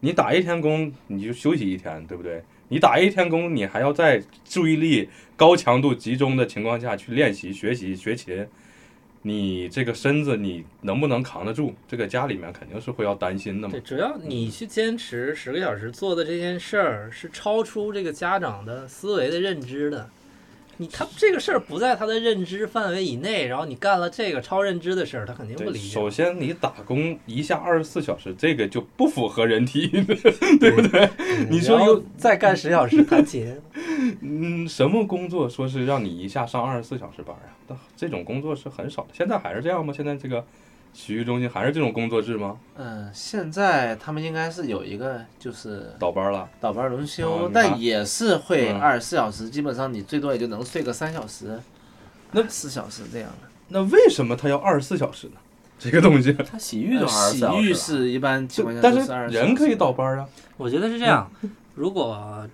B: 你打一天工你就休息一天，对不对？你打一天工，你还要在注意力高强度集中的情况下去练习、学习、学琴，你这个身子你能不能扛得住？这个家里面肯定是会要担心的嘛
E: 对，。只要你去坚持十个小时做的这件事儿，是超出这个家长的思维的认知的，你他这个事儿不在他的认知范围以内，然后你干了这个超认知的事儿，他肯定不
B: 对，
E: 理
B: 首
E: 解。
B: 先你打工一下二十四小时，这个就不符合人体，你说
E: 然后
B: 又
E: 再干十小时弹琴，
B: 嗯，什么工作说是让你一下上二十四小时班啊？那这种工作是很少的。现在还是这样吗？现在这个洗浴中心还是这种工作制吗？
A: 嗯、现在他们应该是有一个就是
B: 倒班了，
A: 倒班轮休，
B: 哦明白
A: 但也是会
B: 嗯
A: 二十四小时，基本上你最多也就能睡个三小时，
B: 那
A: 四小时这样的。
B: 那为什么他要二十四小时呢？这个东西，
F: 他洗浴就二十四
A: 呃洗
F: 小
A: 浴
F: 时了，
A: 是一般情
B: 就
A: 况下
B: 但
A: 都
B: 是
A: 二十，
B: 人可以倒。班啊。
E: 我觉得是这样。如果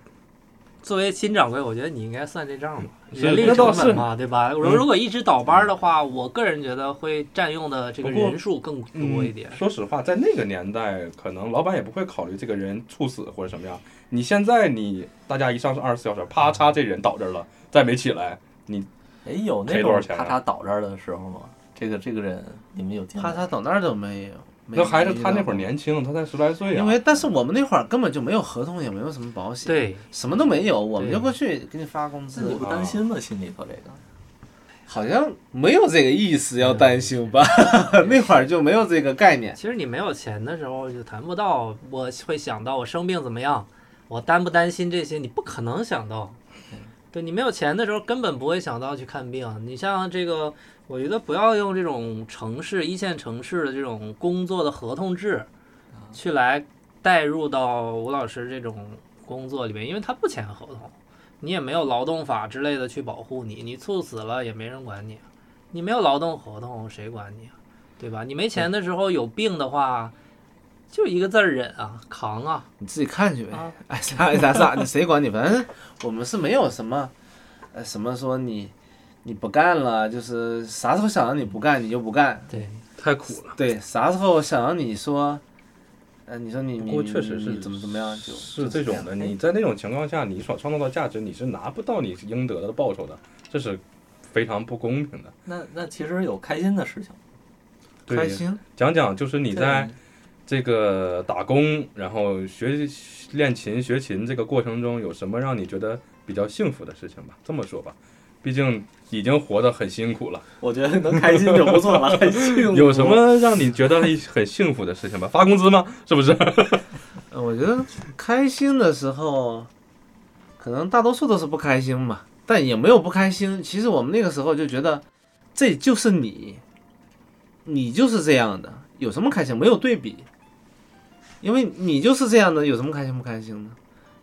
E: 作为新掌柜，我觉得你应该算这账吧，
B: 是
E: 人力
B: 那倒
E: 成
B: 是
E: 本嘛，对吧？如
B: 嗯
E: 如果一直倒班儿的话，我个人觉得会占用的这个
B: 不过
E: 人数更多一点
B: 嗯。。说实话，在那个年代，可能老板也不会考虑这个人猝死或者什么样。你现在你大家一上是二十四小时，啪嚓这人倒这儿了，再没起来，
F: 哎，有那
B: 赔多少
F: 种
B: 钱啊
F: 咔嚓倒这儿的时候吗？这个这个人你们有见过
A: 啪
F: 吗？
A: 嚓倒那儿都没有。没
B: 那还是他那
A: 没遇到
B: 会
A: 过
B: 儿年轻，他才十来岁啊。
A: 因为但是我们那会儿根本就没有合同，也没有什么保险，，
E: 对，
A: 什么都没有，我们
E: 对
A: 就过去给你发工
F: 那你
A: 资
F: 不，担心吗？心里头这个？
A: 好像没有这个意思要担心吧， 那会儿就没有这个概念。
E: 其实你没有钱的时候就谈不到，我会想到我生病怎么样，我担不担心这些，你不可能想到。对你没有钱的时候，根本不会想到去看病。你像这个，我觉得不要用这种城市一线城市的这种工作的合同制，去来带入到吴老师这种工作里面，因为他不签合同，你也没有劳动法之类的去保护你，你猝死了也没人管你，你没有劳动合同谁管你啊？对吧？你没钱的时候有病的话，就一个字儿忍啊，扛啊。
A: 你自己看去呗哎
E: 啊，
A: 爱咋爱咋咋，你谁管你？反正我们是没有什么，呃，什么说你你不干了，就是啥时候想让你不干你就不干，
E: 对，
B: 太苦了，
A: 对，啥时候想让你说，呃，你说你
B: 不
A: 你
B: 过
A: 你
B: 确实是
A: 你怎么怎么样就是就
B: 这种的。
A: 样
B: 你在那种情况下，你所创造的价值，你是拿不到你应得的报酬的，这是非常不公平的。
F: 那那其实有开心的事情，
B: 对
A: 开心，
B: 讲讲就是你在这个打工，然后学练琴、学琴这个过程中，有什么让你觉得比较幸福的事情吧？这么说吧，毕竟已经活得很辛苦了，
F: 我觉得能开心就不错 了，还幸福
B: 有什？么让你觉得很幸福的事情吧？发工资吗？是不是？
A: 呃，我觉得开心的时候，可能大多数都是不开心嘛，但也没有不开心。其实我们那个时候就觉得，这就是你，你就是这样的，有什么开心？没有对比，因为你就是这样的，有什么开心不开心呢？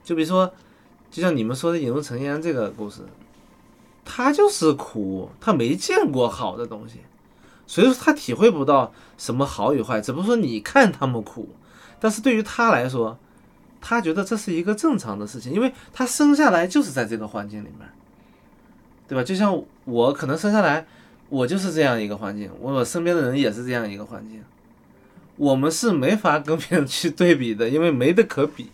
A: 就比如说，就像你们说的引入尘烟这个故事，他就是苦，他没见过好的东西，所以说他体会不到什么好与坏，只不过说你看他们苦。但是对于他来说，他觉得这是一个正常的事情，因为他生下来就是在这个环境里面，对吧？就像我可能生下来，我就是这样一个环境，我我身边的人也是这样一个环境，我们是没法跟别人去对比的，因为没得可比。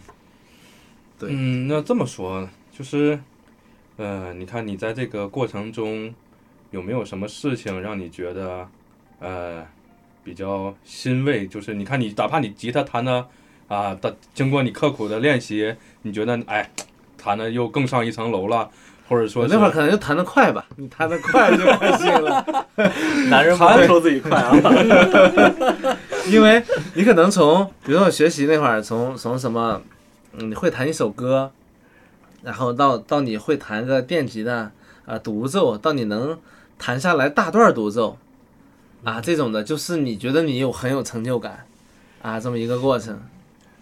A: 对
B: 嗯，那这么说就是，呃，你看你在这个过程中有没有什么事情让你觉得，呃，比较欣慰？就是你看你哪怕你吉他弹的啊，的经过你刻苦的练习，你觉得哎，弹的又更上一层楼了，或者说
A: 我
B: 是
A: 那会儿可能就弹得快吧，你弹得快就开心了。
F: 男人不会说自己 快啊，
A: 因为你可能从，比如说我学习那会儿，从从什么，嗯，你会弹一首歌，然后到到你会弹个电吉他啊、独奏，到你能弹下来大段独奏，啊，这种的，就是你觉得你有很有成就感，啊，这么一个过程。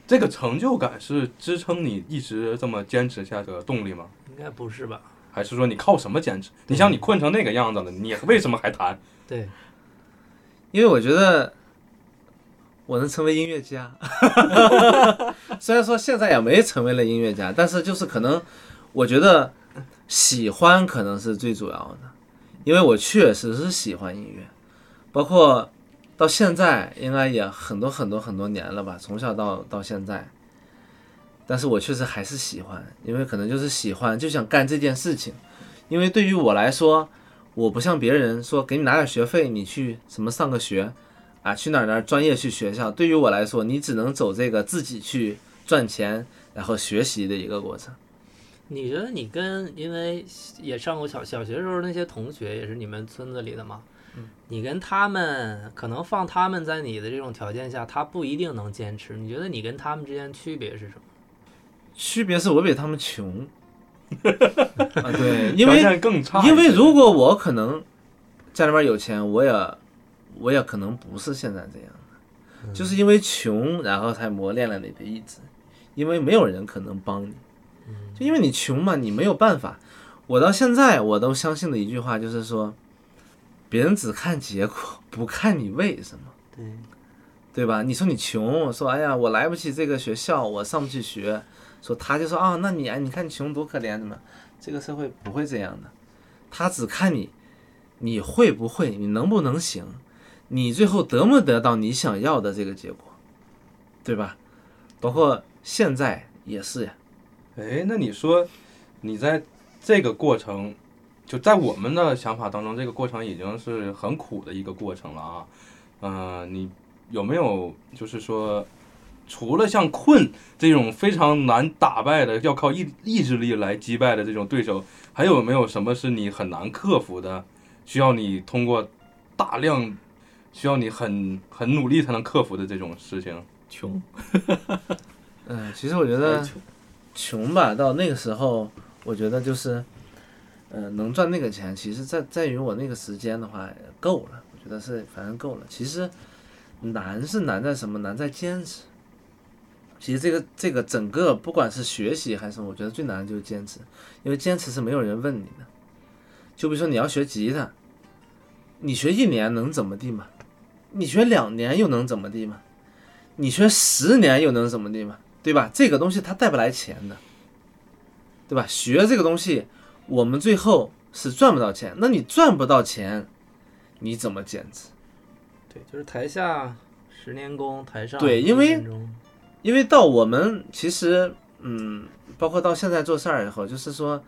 B: 这个成就感是支撑你一直这么坚持下去的动力吗？
E: 应该不是吧？
B: 还是说你靠什么坚持？你像你困成那个样子了，你为什么还弹？
E: 对，
A: 因为我觉得我能成为音乐家， 虽然说现在也没成为了音乐家，但是就是可能我觉得喜欢可能是最主要的，因为我确实是喜欢音乐，包括到现在应该也很多很多很多年了吧，从小到到现在。但是我确实还是喜欢，因为可能就是喜欢，就想干这件事情。因为对于我来说，我不像别人说给你拿点学费，你去什么上个学，啊，去哪儿哪儿专业去学校。对于我来说，你只能走这个自己去赚钱，然后学习的一个过程。
E: 你觉得你跟因为也上过小小学时候那些同学也是你们村子里的嘛？你跟他们可能放他们在你的这种条件下，他不一定能坚持。你觉得你跟他们之间区别是什么？
A: 区别是我比他们穷。啊，对，因为
B: 条件更差一些，
A: 因为如果我可能家里面有钱，我也我也可能不是现在这样的，就是因为穷，然后才磨练了你的意志，因为没有人可能帮你，就因为你穷嘛，你没有办法。我到现在我都相信的一句话就是说，别人只看结果，不看你为什么。
E: 对，
A: 对吧？你说你穷，说哎呀，我来不起这个学校，我上不去学，说他就说啊，那你哎，你看你穷多可怜，怎么？这个社会不会这样的，他只看你，你会不会，你能不能行，你最后得没得到你想要的这个结果，对吧？包括现在也是呀，
B: 哎，那你说你在这个过程，就在我们的想法当中，这个过程已经是很苦的一个过程了啊。嗯、你有没有就是说，除了像困这种非常难打败的，要靠意意志力来击败的这种对手，还有没有什么是你很难克服的，需要你通过大量，需要你很很努力才能克服的这种事情？啊
F: 穷，
A: 嗯、其实我觉 得穷吧，到那个时候，我觉得就是，呃，能赚那个钱，其实在在于我那个时间的话够了，我觉得是反正够了。其实难是难在什么？难在坚持。其实这个这个整个不管是学习还是什么，我觉得最难的就是坚持，因为坚持是没有人问你的。就比如说你要学吉他，你学一年能怎么地嘛？你学两年又能怎么地嘛？你学十年又能怎么地嘛？对吧？这个东西它带不来钱的，对吧？学这个东西，我们最后是赚不到钱。那你赚不到钱，你怎么坚持？
E: 对，就是台下十年功，台上
A: 对
E: 一
A: 因为
E: 分钟
A: 因为到我们其实，嗯，包括到现在做事儿以后，就是说，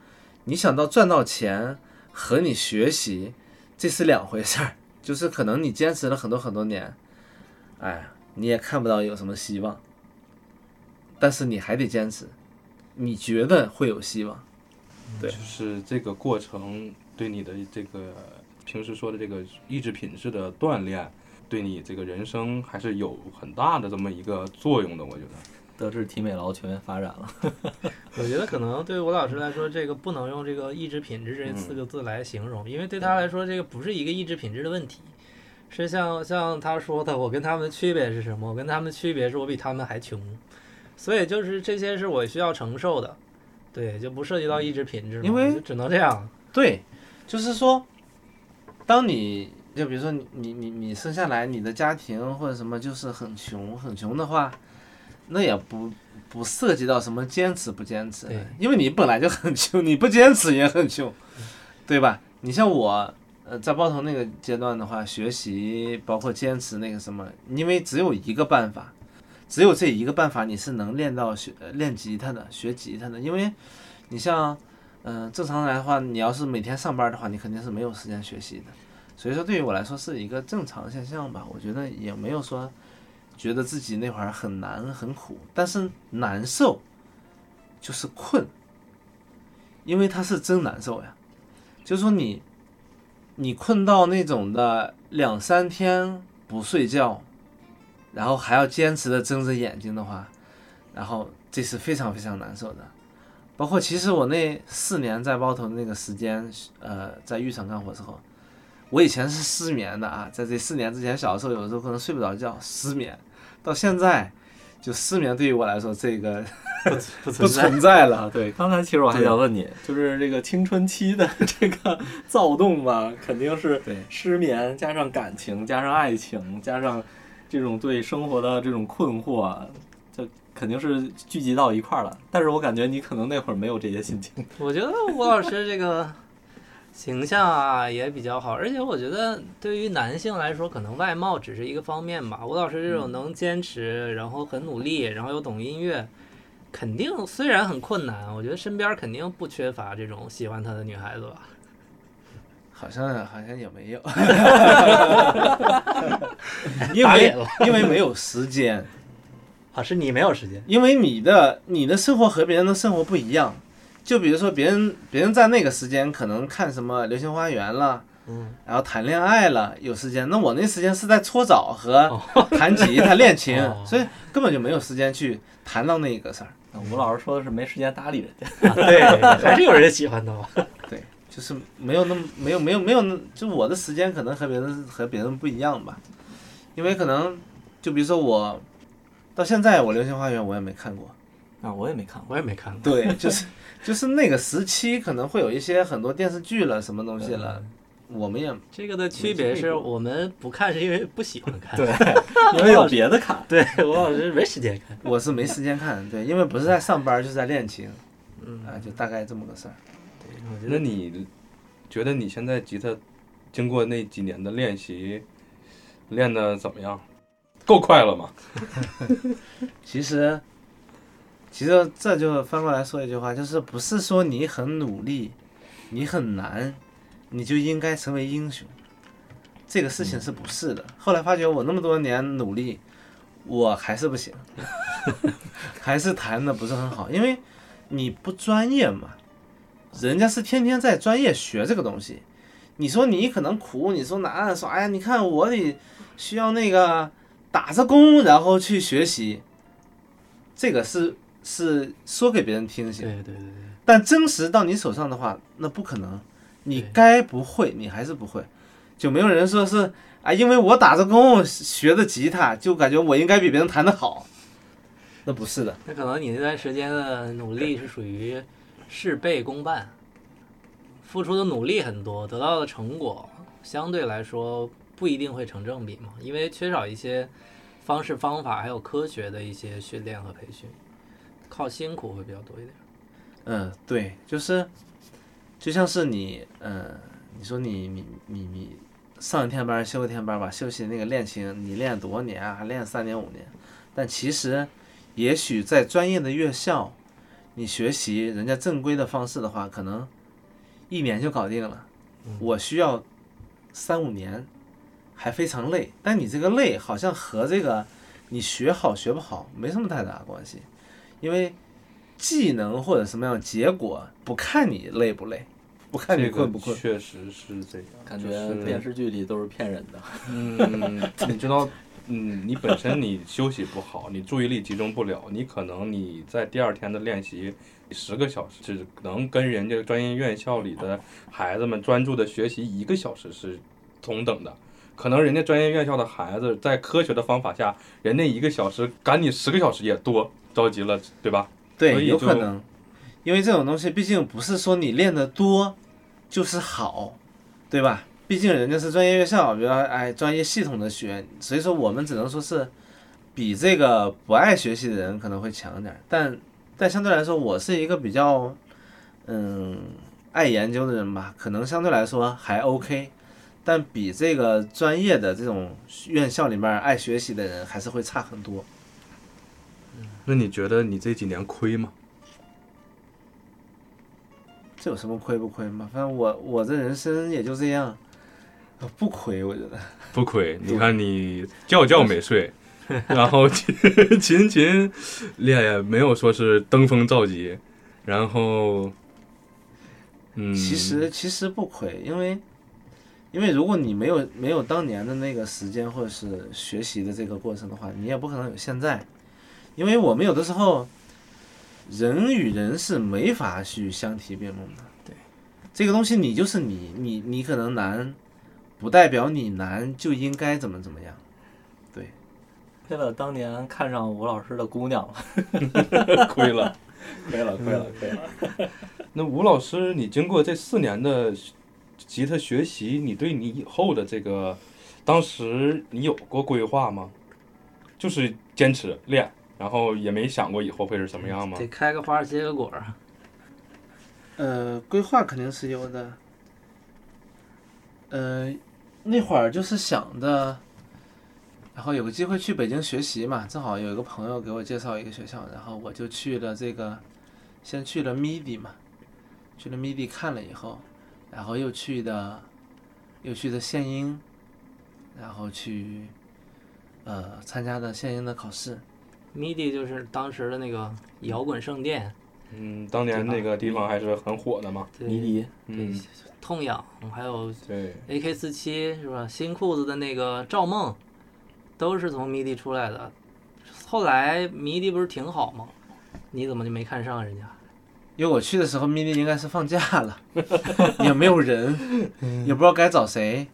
A: 你想到赚到钱和你学习，这是两回事儿。就是可能你坚持了很多很多年，哎，你也看不到有什么希望，但是你还得坚持，你觉得会有希望。对
B: 就是这个过程对你的这个平时说的这个意志品质的锻炼，对你这个人生还是有很大的这么一个作用的。我觉得，
F: 德智体美劳全面发展了。
E: 我觉得可能对吴老师来说，这个不能用这个意志品质这四个字来形容，因为对他来说，这个不是一个意志品质的问题，是像像他说的，我跟他们的区别是什么？我跟他们的区别是我比他们还穷，所以就是这些是我需要承受的，对，就不涉及到意志品质嘛，
A: 因为
E: 就只能这样，
A: 对，就是说，当你就比如说你你你你生下来，你的家庭或者什么就是很穷很穷的话，那也不不涉及到什么坚持不坚持
E: 对，
A: 因为你本来就很穷，你不坚持也很穷，对吧？你像我。呃，在包头那个阶段的话，学习包括坚持那个什么，因为只有一个办法，只有这一个办法，你是能练到学呃练吉他的，学吉他的。因为你像嗯，正常来的话，你要是每天上班的话，你肯定是没有时间学习的。所以说，对于我来说是一个正常现象吧。我觉得也没有说觉得自己那会儿很难很苦，但是难受就是困，因为它是真难受呀。就是说你你困到那种的两三天不睡觉，然后还要坚持的睁着眼睛的话，然后这是非常非常难受的。包括其实我那四年在包头的那个时间，呃，在浴场干活之后，我以前是失眠的啊，在这四年之前，小的时候有时候可能睡不着觉，失眠，到现在就失眠对于我来说这个
E: 不
A: 不
E: 存在。
A: 存在了。
F: 啊，对，刚才其实我还想问你，就是这个青春期的 这个躁动吧，肯定是
A: 对
F: 失眠加上感情加上爱情加上这种对生活的这种困惑啊，就肯定是聚集到一块儿了。但是我感觉你可能那会儿没有这些心情，
E: 我觉得吴老师 这个形象啊也比较好，而且我觉得对于男性来说，可能外貌只是一个方面吧。吴老师这种能坚持，然后很努力，然后又懂音乐，肯定虽然很困难，我觉得身边肯定不缺乏这种喜欢他的女孩子吧。
A: 好像好像也没 有，因
E: 打脸
A: 为
E: 了
A: 因为没有时间，
E: 啊，是你没有时间，
A: 因为你的你的生活和别人的生活不一样，就比如说别人别人在那个时间可能看什么《流星花园》了，
C: 嗯，
A: 然后谈恋爱了，有时间。那我那时间是在搓澡和
E: 哦
A: 弹吉他练琴，
C: 哦
A: 所以根本就没有时间去谈到那个事儿。
F: 啊吴老师说的是没时间搭理人家，
E: 对，还是有人喜欢他哦吧？
A: 对，就是没有那么没有没有没有那，就我的时间可能和别人和别人不一样吧，因为可能就比如说我到现在我《流星花园》我也没看过。
F: 啊，我也没看过。
E: 我也没看过。
A: 对， 就是就是那个时期可能会有一些很多电视剧了，什么东西了，我们也
E: 这个的区别是我们不看是因为不喜欢看，
F: 对，因为有别的看。
E: 对， 我老是没时间看。
A: 我是没时间看，对，因为不是在上班就是在练琴，啊，就大概这么个事儿。
E: 嗯我觉
B: 那
E: 得
B: 你觉得你现在吉他经过那几年的练习，练的怎么样？够快了吗？
A: 其实，其实这就翻过来说一句话，就是不是说你很努力，你很难，你就应该成为英雄，这个事情是不是的？后来发觉我那么多年努力，我还是不行，还是弹的不是很好，因为你不专业嘛，人家是天天在专业学这个东西。你说你可能苦，你说难，说哎呀，你看我得需要那个打着工然后去学习，这个是是说给别人听行，
E: 对对对对，
A: 但真实到你手上的话，那不可能。你
E: 对
A: 该不会，你还是不会，就没有人说是啊，因为我打着工学的吉他，就感觉我应该比别人弹得好，那不是的。
E: 那可能你那段时间的努力是属于事倍功半，付出的努力很多，得到的成果相对来说不一定会成正比嘛，因为缺少一些方式方法还有科学的一些训练和培训，靠辛苦会比较多一点。
A: 嗯，对，就是，就像是你，呃，你说你你你你上一天班儿休一天班儿吧，休息那个练琴，你练多少年啊？还练三年五年，但其实，也许在专业的院校，你学习人家正规的方式的话，可能一年就搞定了。我需要三五年，还非常累，但你这个累好像和这个你学好学不好没什么太大关系，因为。技能或者什么样的结果，不看你累不累，不看你
B: 这个
A: 困不困。
B: 确实是这样，
F: 感
B: 就
F: 觉
B: 是
F: 电视剧里都是骗人的。
B: 嗯， 你知道，嗯，你本身你休息不好，你注意力集中不了，你可能你在第二天的练习十个小时，只能跟人家专业院校里的孩子们专注的学习一个小时是同等的。可能人家专业院校的孩子在科学的方法下，人家一个小时赶你十个小时也多，着急了，对吧？所
A: 对，
B: 以
A: 有
B: 就
A: 可能，因为这种东西毕竟不是说你练得多就是好，对吧？毕竟人家是专业院校，比如说哎专业系统的学，所以说我们只能说是比这个不爱学习的人可能会强点儿，但但相对来说，我是一个比较嗯爱研究的人吧，可能相对来说还 OK。但比这个专业的这种院校里面爱学习的人还是会差很多。
B: 那你觉得你这几年亏吗？
A: 这有什么亏不亏嘛？反正我我这人生也就这样，呃不亏，我觉得。
B: 不亏，你看你觉觉没睡，然后 琴琴琴也没有说是登峰造极，然后，嗯，
A: 其实其实不亏，因为因为如果你没有没有当年的那个时间或者是学习的这个过程的话，你也不可能有现在。因为我们有的时候，人与人是没法去相提并论的。
E: 对，
A: 这个东西你就是你，你你可能难，不代表你难就应该怎么怎么样。
F: 为了当年看上吴老师的姑娘了，
B: 亏了。
F: 亏了，亏了，亏了。
B: 那吴老师，你经过这四年的吉他学习，你对你以后的这个，当时你有过规划吗？就是坚持练，然后也没想过以后会是什么样吗？
E: 得开个花结个果啊！
A: 呃，规划肯定是有的。呃，那会儿就是想着，然后有个机会去北京学习嘛，正好有一个朋友给我介绍一个学校，然后我就去了这个，先去了 MIDI 嘛，去了 MIDI 看了以后，然后又去的，又去的献音，然后去，呃，参加的献音的考试。
E: MIDI 就是当时的那个摇滚圣殿，
B: 嗯，当年那个地方还是很火的嘛。
F: 迷
E: 对，
F: 笛，
B: 嗯，
E: 痛痒，还有
B: 对，
E: AK 四七是吧？新裤子的那个赵梦，都是从迷笛出来的。后来迷笛不是挺好吗？你怎么就没看上人家？
A: 因为我去的时候 mini 应该是放假了，也没有人，也不知道该找谁。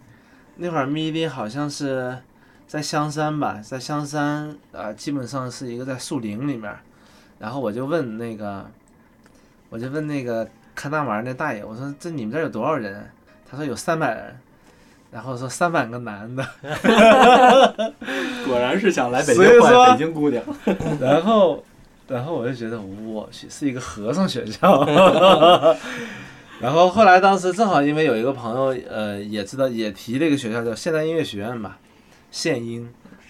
A: 那会儿 mini 好像是在香山吧，在香山啊、呃基本上是一个在树林里面。然后我就问那个，我就问那个看大玩那大爷，我说这你们这儿有多少人？他说有三百人，然后说三百个男的。
F: 果然是想来北京
A: 所以说
F: 换北京姑娘。
A: 然后，然后我就觉得我去是一个和尚学 校。然后后来当时正好因为有一个朋友，呃，也知道也提了一个学校叫现代音乐学院吧，现音。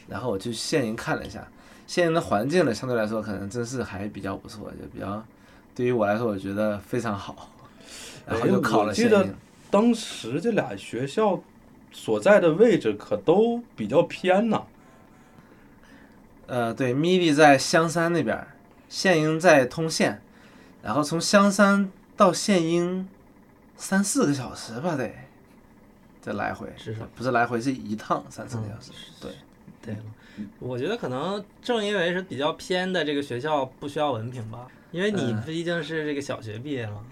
A: 然后我去现音看了一下，现音的环境呢，相对来说可能真是还比较不错，就比较对于我来说，我觉得非常好。然后就考了现
B: 哎我记
A: 音
B: 得，当时这俩学校所在的位置可都比较偏呐。
A: 呃，对，MIDI 在香山那边儿，现音在通县，然后从香山到现音三四个小时吧，得，这来回
E: 至少
A: 不是来回是一趟三四个小时，对，
E: 对了，我觉得可能正因为是比较偏的这个学校不需要文凭吧，因为你
A: 嗯
E: 毕竟是这个小学毕业嘛。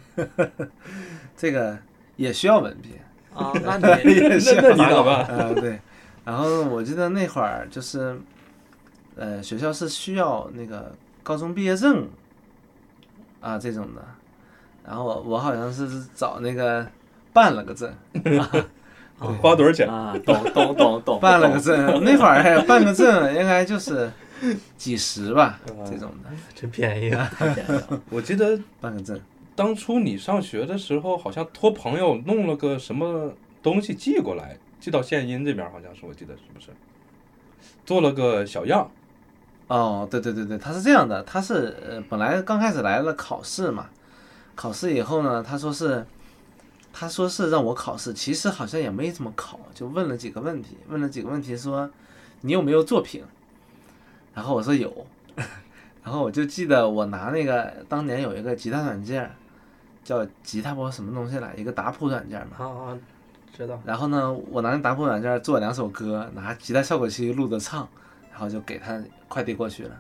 A: 这个也需要文凭，
E: 啊，那你
A: 也需要
B: 那你咋办？
A: 呃，对，然后我记得那会儿就是，呃，学校是需要那个高中毕业证啊这种的，然后我我好像是找那个办了个证，
B: 花多少钱？
F: 啊，懂懂懂 懂，
A: 办了个证，那会儿办个证应该就是几十吧，这种的，
E: 真便宜啊！
F: 太便宜了
B: 我记得
A: 办个证。
B: 当初你上学的时候，好像托朋友弄了个什么东西寄过来，寄到县音这边，好像是我记得是不是？做了个小样，
A: 哦，对对对对，他是这样的，他是呃本来刚开始来了考试嘛，考试以后呢，他说是，他说是让我考试，其实好像也没怎么考，就问了几个问题，问了几个问题说你有没有作品，然后我说有，然后我就记得我拿那个当年有一个吉他软件儿，叫吉他不知道什么东西来，一个打谱软件儿嘛。
E: 啊，知道。
A: 然后呢，我拿那打谱软件做了两首歌，拿吉他效果器录着唱，然后就给他快递过去了。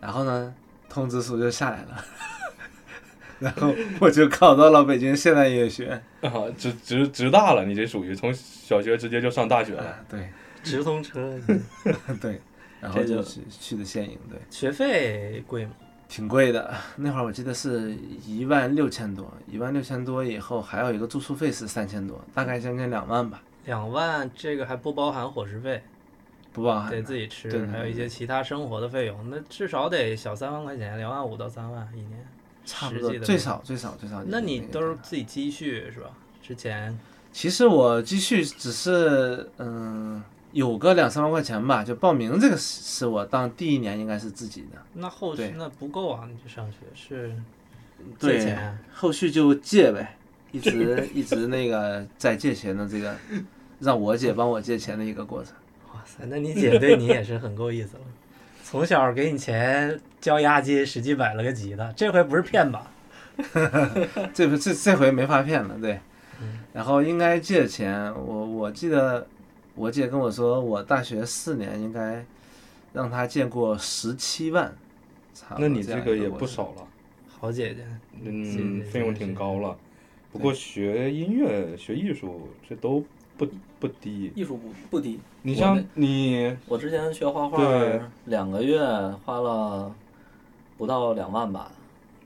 A: 然后呢，通知书就下来了， 然后我就考到了北京现代音乐学院。
B: 啊，直直直大了，你这属于从小学直接就上大学了。
A: 啊，对
E: 直通车，
A: 对， 然后
F: 这
A: 就
F: 就
A: 去去的现营，对，
E: 学费贵吗？
A: 挺贵的。那会儿我记得是一万六千多，一万六千多以后还有一个住宿费是三千多，大概将近两万吧，
E: 两万，这个还不包含伙食费，
A: 不包含
E: 得自己吃
A: 啊对对，对
E: 还有一些其他生活的费用，那至少得小三万块钱，两万五到三万一年。
A: 差不
E: 实
A: 多
E: 际的
A: 最
E: 费
A: 少最少最少也得个价。
E: 那你都是自己积蓄是吧？之前
A: 其实我积蓄只是嗯、有个两三万块钱吧，就报名这个是是我当第一年应该是自己的，
E: 那后
A: 对
E: 续那不够啊，你去上学是借钱啊，
A: 后续就借呗，一 直一直那个在借钱的 这个，让我姐帮我借钱的一个过程。
E: 哇塞，啊那你姐对你也是很够意思了，从小给你钱交押金，实际买了个吉他，这回不是骗吧？
A: 这不这这回没法骗了，对。然后应该借钱，我我记得我姐跟我说，我大学四年应该让她借过十七万，差不多
B: 那你
A: 这样
B: 这
A: 一
B: 个也
A: 过
B: 不
A: 程
B: 少了，
E: 好姐姐，
B: 嗯，费用挺高了。不过学音乐、学艺术这都不不低。
F: 艺术不不低，
B: 你
F: 我
B: 像
F: 们
B: 你
F: 我之前学画画
B: 对
F: 两个月，花了不到两万吧，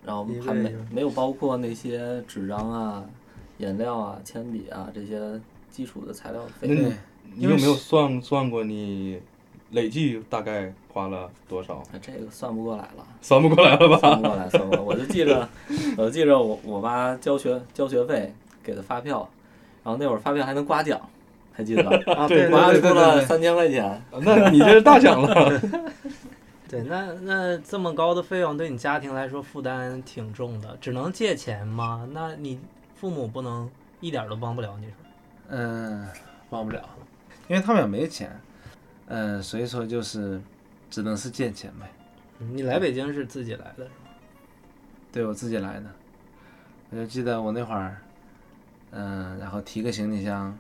F: 然后
E: 一个
F: 还没
E: 月
F: 没有包括那些纸张啊、颜料啊、铅笔啊这些基础的材料费
B: 那
F: 用。
A: 对
B: 你你有没有算算过你累计大概花了多少？
F: 啊这个算不过来了，
B: 算不过来了吧？
F: 算不过来，算不过来。我就记着，我就记着我我妈交学交学费给的发票，然后那会儿发票还能刮奖，还记得吧？
E: 啊，
B: 对
E: 对
F: 刮
A: 对对
F: 出
A: 对
F: 了
A: 对
F: 三千块钱，
B: 那你这是大奖了。
E: 对，那那这么高的费用对你家庭来说负担挺重的，只能借钱吗？那你父母不能一点都帮不了你是吧？
A: 嗯，帮不了，因为他们也没钱，嗯，所以说就是只能是借钱呗。
E: 嗯你来北京是自己来的是吧，
A: 对我自己来的。我就记得我那会儿，嗯、然后提个行李箱，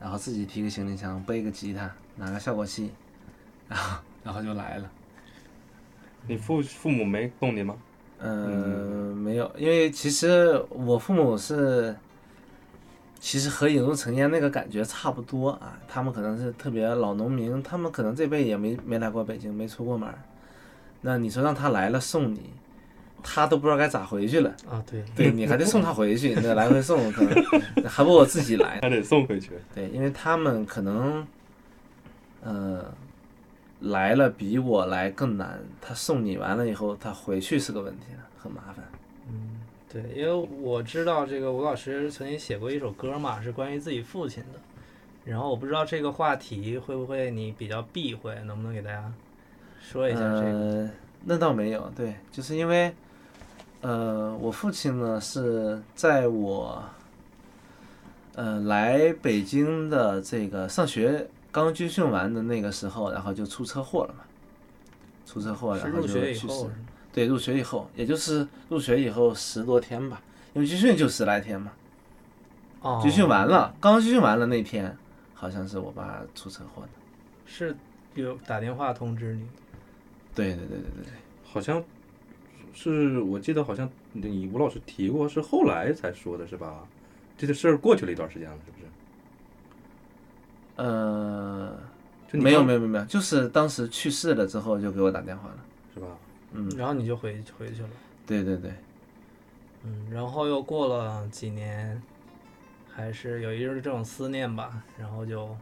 A: 然后自己提个行李箱，背个吉他，拿个效果器，然后然后就来了。
B: 你父父母没动你吗？
A: 嗯，没有，因为其实我父母是，其实和引入尘烟那个感觉差不多啊。他们可能是特别老农民，他们可能这辈也没没来过北京，没出过门儿。那你说让他来了送你，他都不知道该咋回去了。
E: 啊，
D: 嗯
E: 对，
A: 对你还得送他回去，那来回送可能还不如我自己来。
B: 还得送回去。
A: 对，因为他们可能，呃，来了比我来更难。他送你完了以后，他回去是个问题，很麻烦。
E: 对，因为我知道这个吴老师曾经写过一首歌嘛，是关于自己父亲的。然后我不知道这个话题会不会你比较避讳，能不能给大家说一下这个？
A: 呃，那倒没有，对，就是因为，呃，我父亲呢是在我，呃，来北京的这个上学刚军训完的那个时候，然后就出车祸了嘛，出车祸
E: 是
A: 然后
E: 入
A: 就
E: 学以
A: 去世
E: 后是。啊吗？
A: 对，入学以后，也就是入学以后十多天吧，因为军训就十来天嘛，
E: 哦，
A: 军训完了，刚军训完了那天，好像是我爸出车祸的。
E: 是有打电话通知你。
A: 对对对对对，
B: 好像是我记得，好像你吴老师提过，是后来才说的，是吧？这个事儿过去了一段时间了，是不是？
A: 呃，
B: 就你
A: 没有
B: 刚
A: 没有没有没有，就是当时去世了之后就给我打电话了。
B: 是吧？
A: 嗯，
E: 然后你就回回去了，
A: 对对对，
E: 嗯，然后又过了几年，还是有一阵这种思念吧，然后就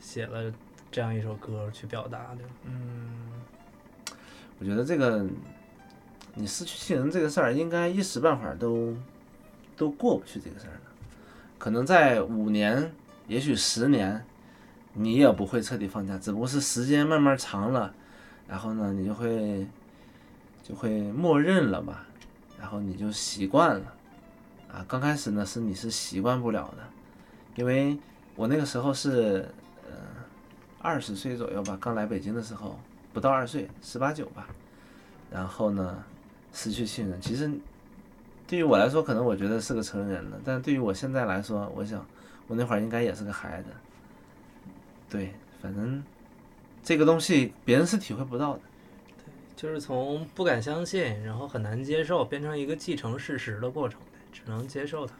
E: 写了这样一首歌去表达的。
A: 我觉得这个你失去亲人这个事儿，应该一时半会儿都都过不去这个事儿的。可能在五年，也许十年，你也不会彻底放下，只不过是时间慢慢长了，然后呢，你就会就会默认了吧，然后你就习惯了。啊，刚开始呢是你是习惯不了的，因为我那个时候是呃二十岁左右吧，刚来北京的时候，不到二十岁，十八九吧。然后呢，失去信任，其实对于我来说，可能我觉得是个成人了，但对于我现在来说，我想我那会儿应该也是个孩子。对，反正这个东西别人是体会不到的。
E: 就是从不敢相信，然后很难接受，变成一个继承事实的过程，只能接受它。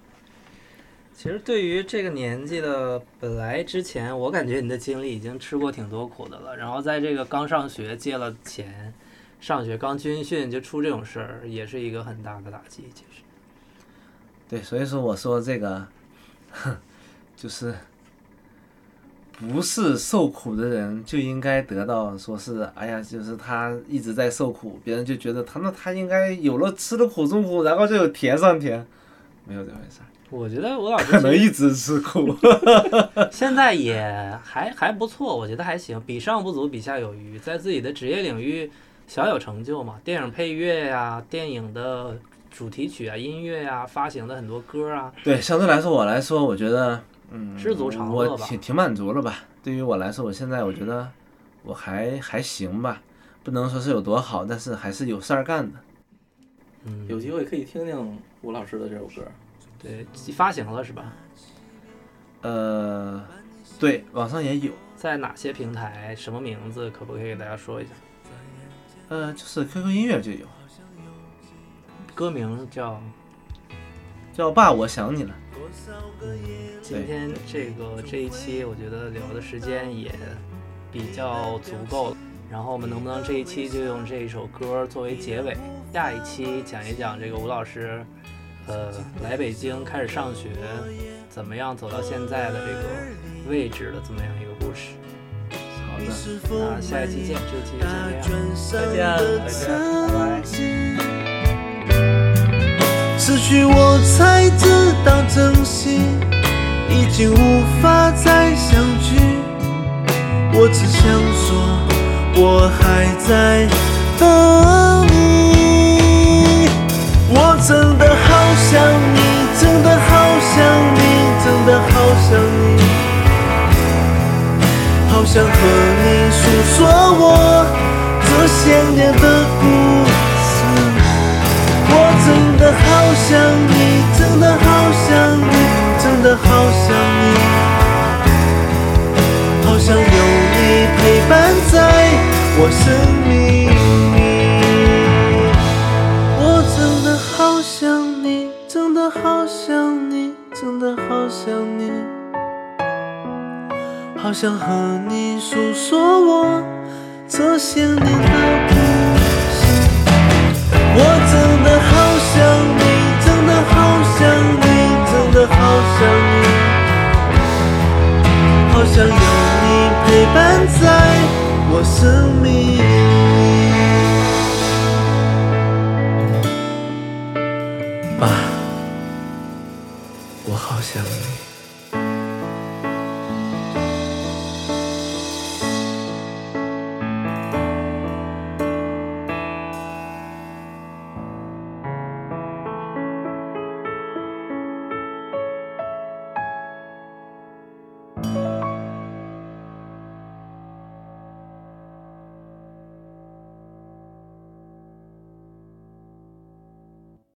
E: 其实对于这个年纪的，本来之前我感觉你的经历已经吃过挺多苦的了，然后在这个刚上学借了钱，上学刚军训就出这种事儿，也是一个很大的打击。其实，
A: 对，所以说我说这个， 哼，就是不是受苦的人就应该得到说是，哎呀，就是他一直在受苦，别人就觉得他那他应该有了吃了苦中苦，然后就有甜上甜，没有这回事儿，
E: 我觉得吴老师
A: 可能一直吃苦。
E: 现在也还还不错，我觉得还行，比上不足，比下有余，在自己的职业领域小有成就嘛。电影配乐呀、电影的主题曲啊、音乐呀、发行的很多歌啊，
A: 对，相对来说我来说，我觉得，嗯，
E: 知足常乐
A: 我
E: 吧
A: 挺挺满足了吧。对于我来说，我现在我觉得我还还行吧，不能说是有多好，但是还是有事儿干的。
E: 嗯，
F: 有机会可以听听吴老师的这首歌。
E: 对发行了是吧？
A: 呃，对，网上也有。
E: 在哪些平台？什么名字？可不可以给大家说一下？
A: 呃，就是 QQ 音乐就有，
E: 歌名叫
A: 叫爸我想你了。
E: 今天这个这一期，我觉得聊的时间也比较足够了。然后我们能不能这一期就用这一首歌作为结尾？下一期讲一讲这个吴老师，呃，来北京开始上学，怎么样走到现在的这个位置的这么样一个故事。
A: 好的。
E: 那下一期见，这一期就先这样。
C: 再见，再见。
G: 失去我才知道珍惜，已经无法再相聚。我只想说，我还在等你。我真的好想你，真的好想你，真的好想你，好想和你诉说我这些年的故事。我
A: 想你，真的好想你，真的好想你，好想有你陪伴在我生命。我真的好想你，真的好想你，真的好想你，好想和你诉说我这些年的故事。我真的好想你，真的好想你，真的好想你，好想有你陪伴在我生命里。妈，我好想你。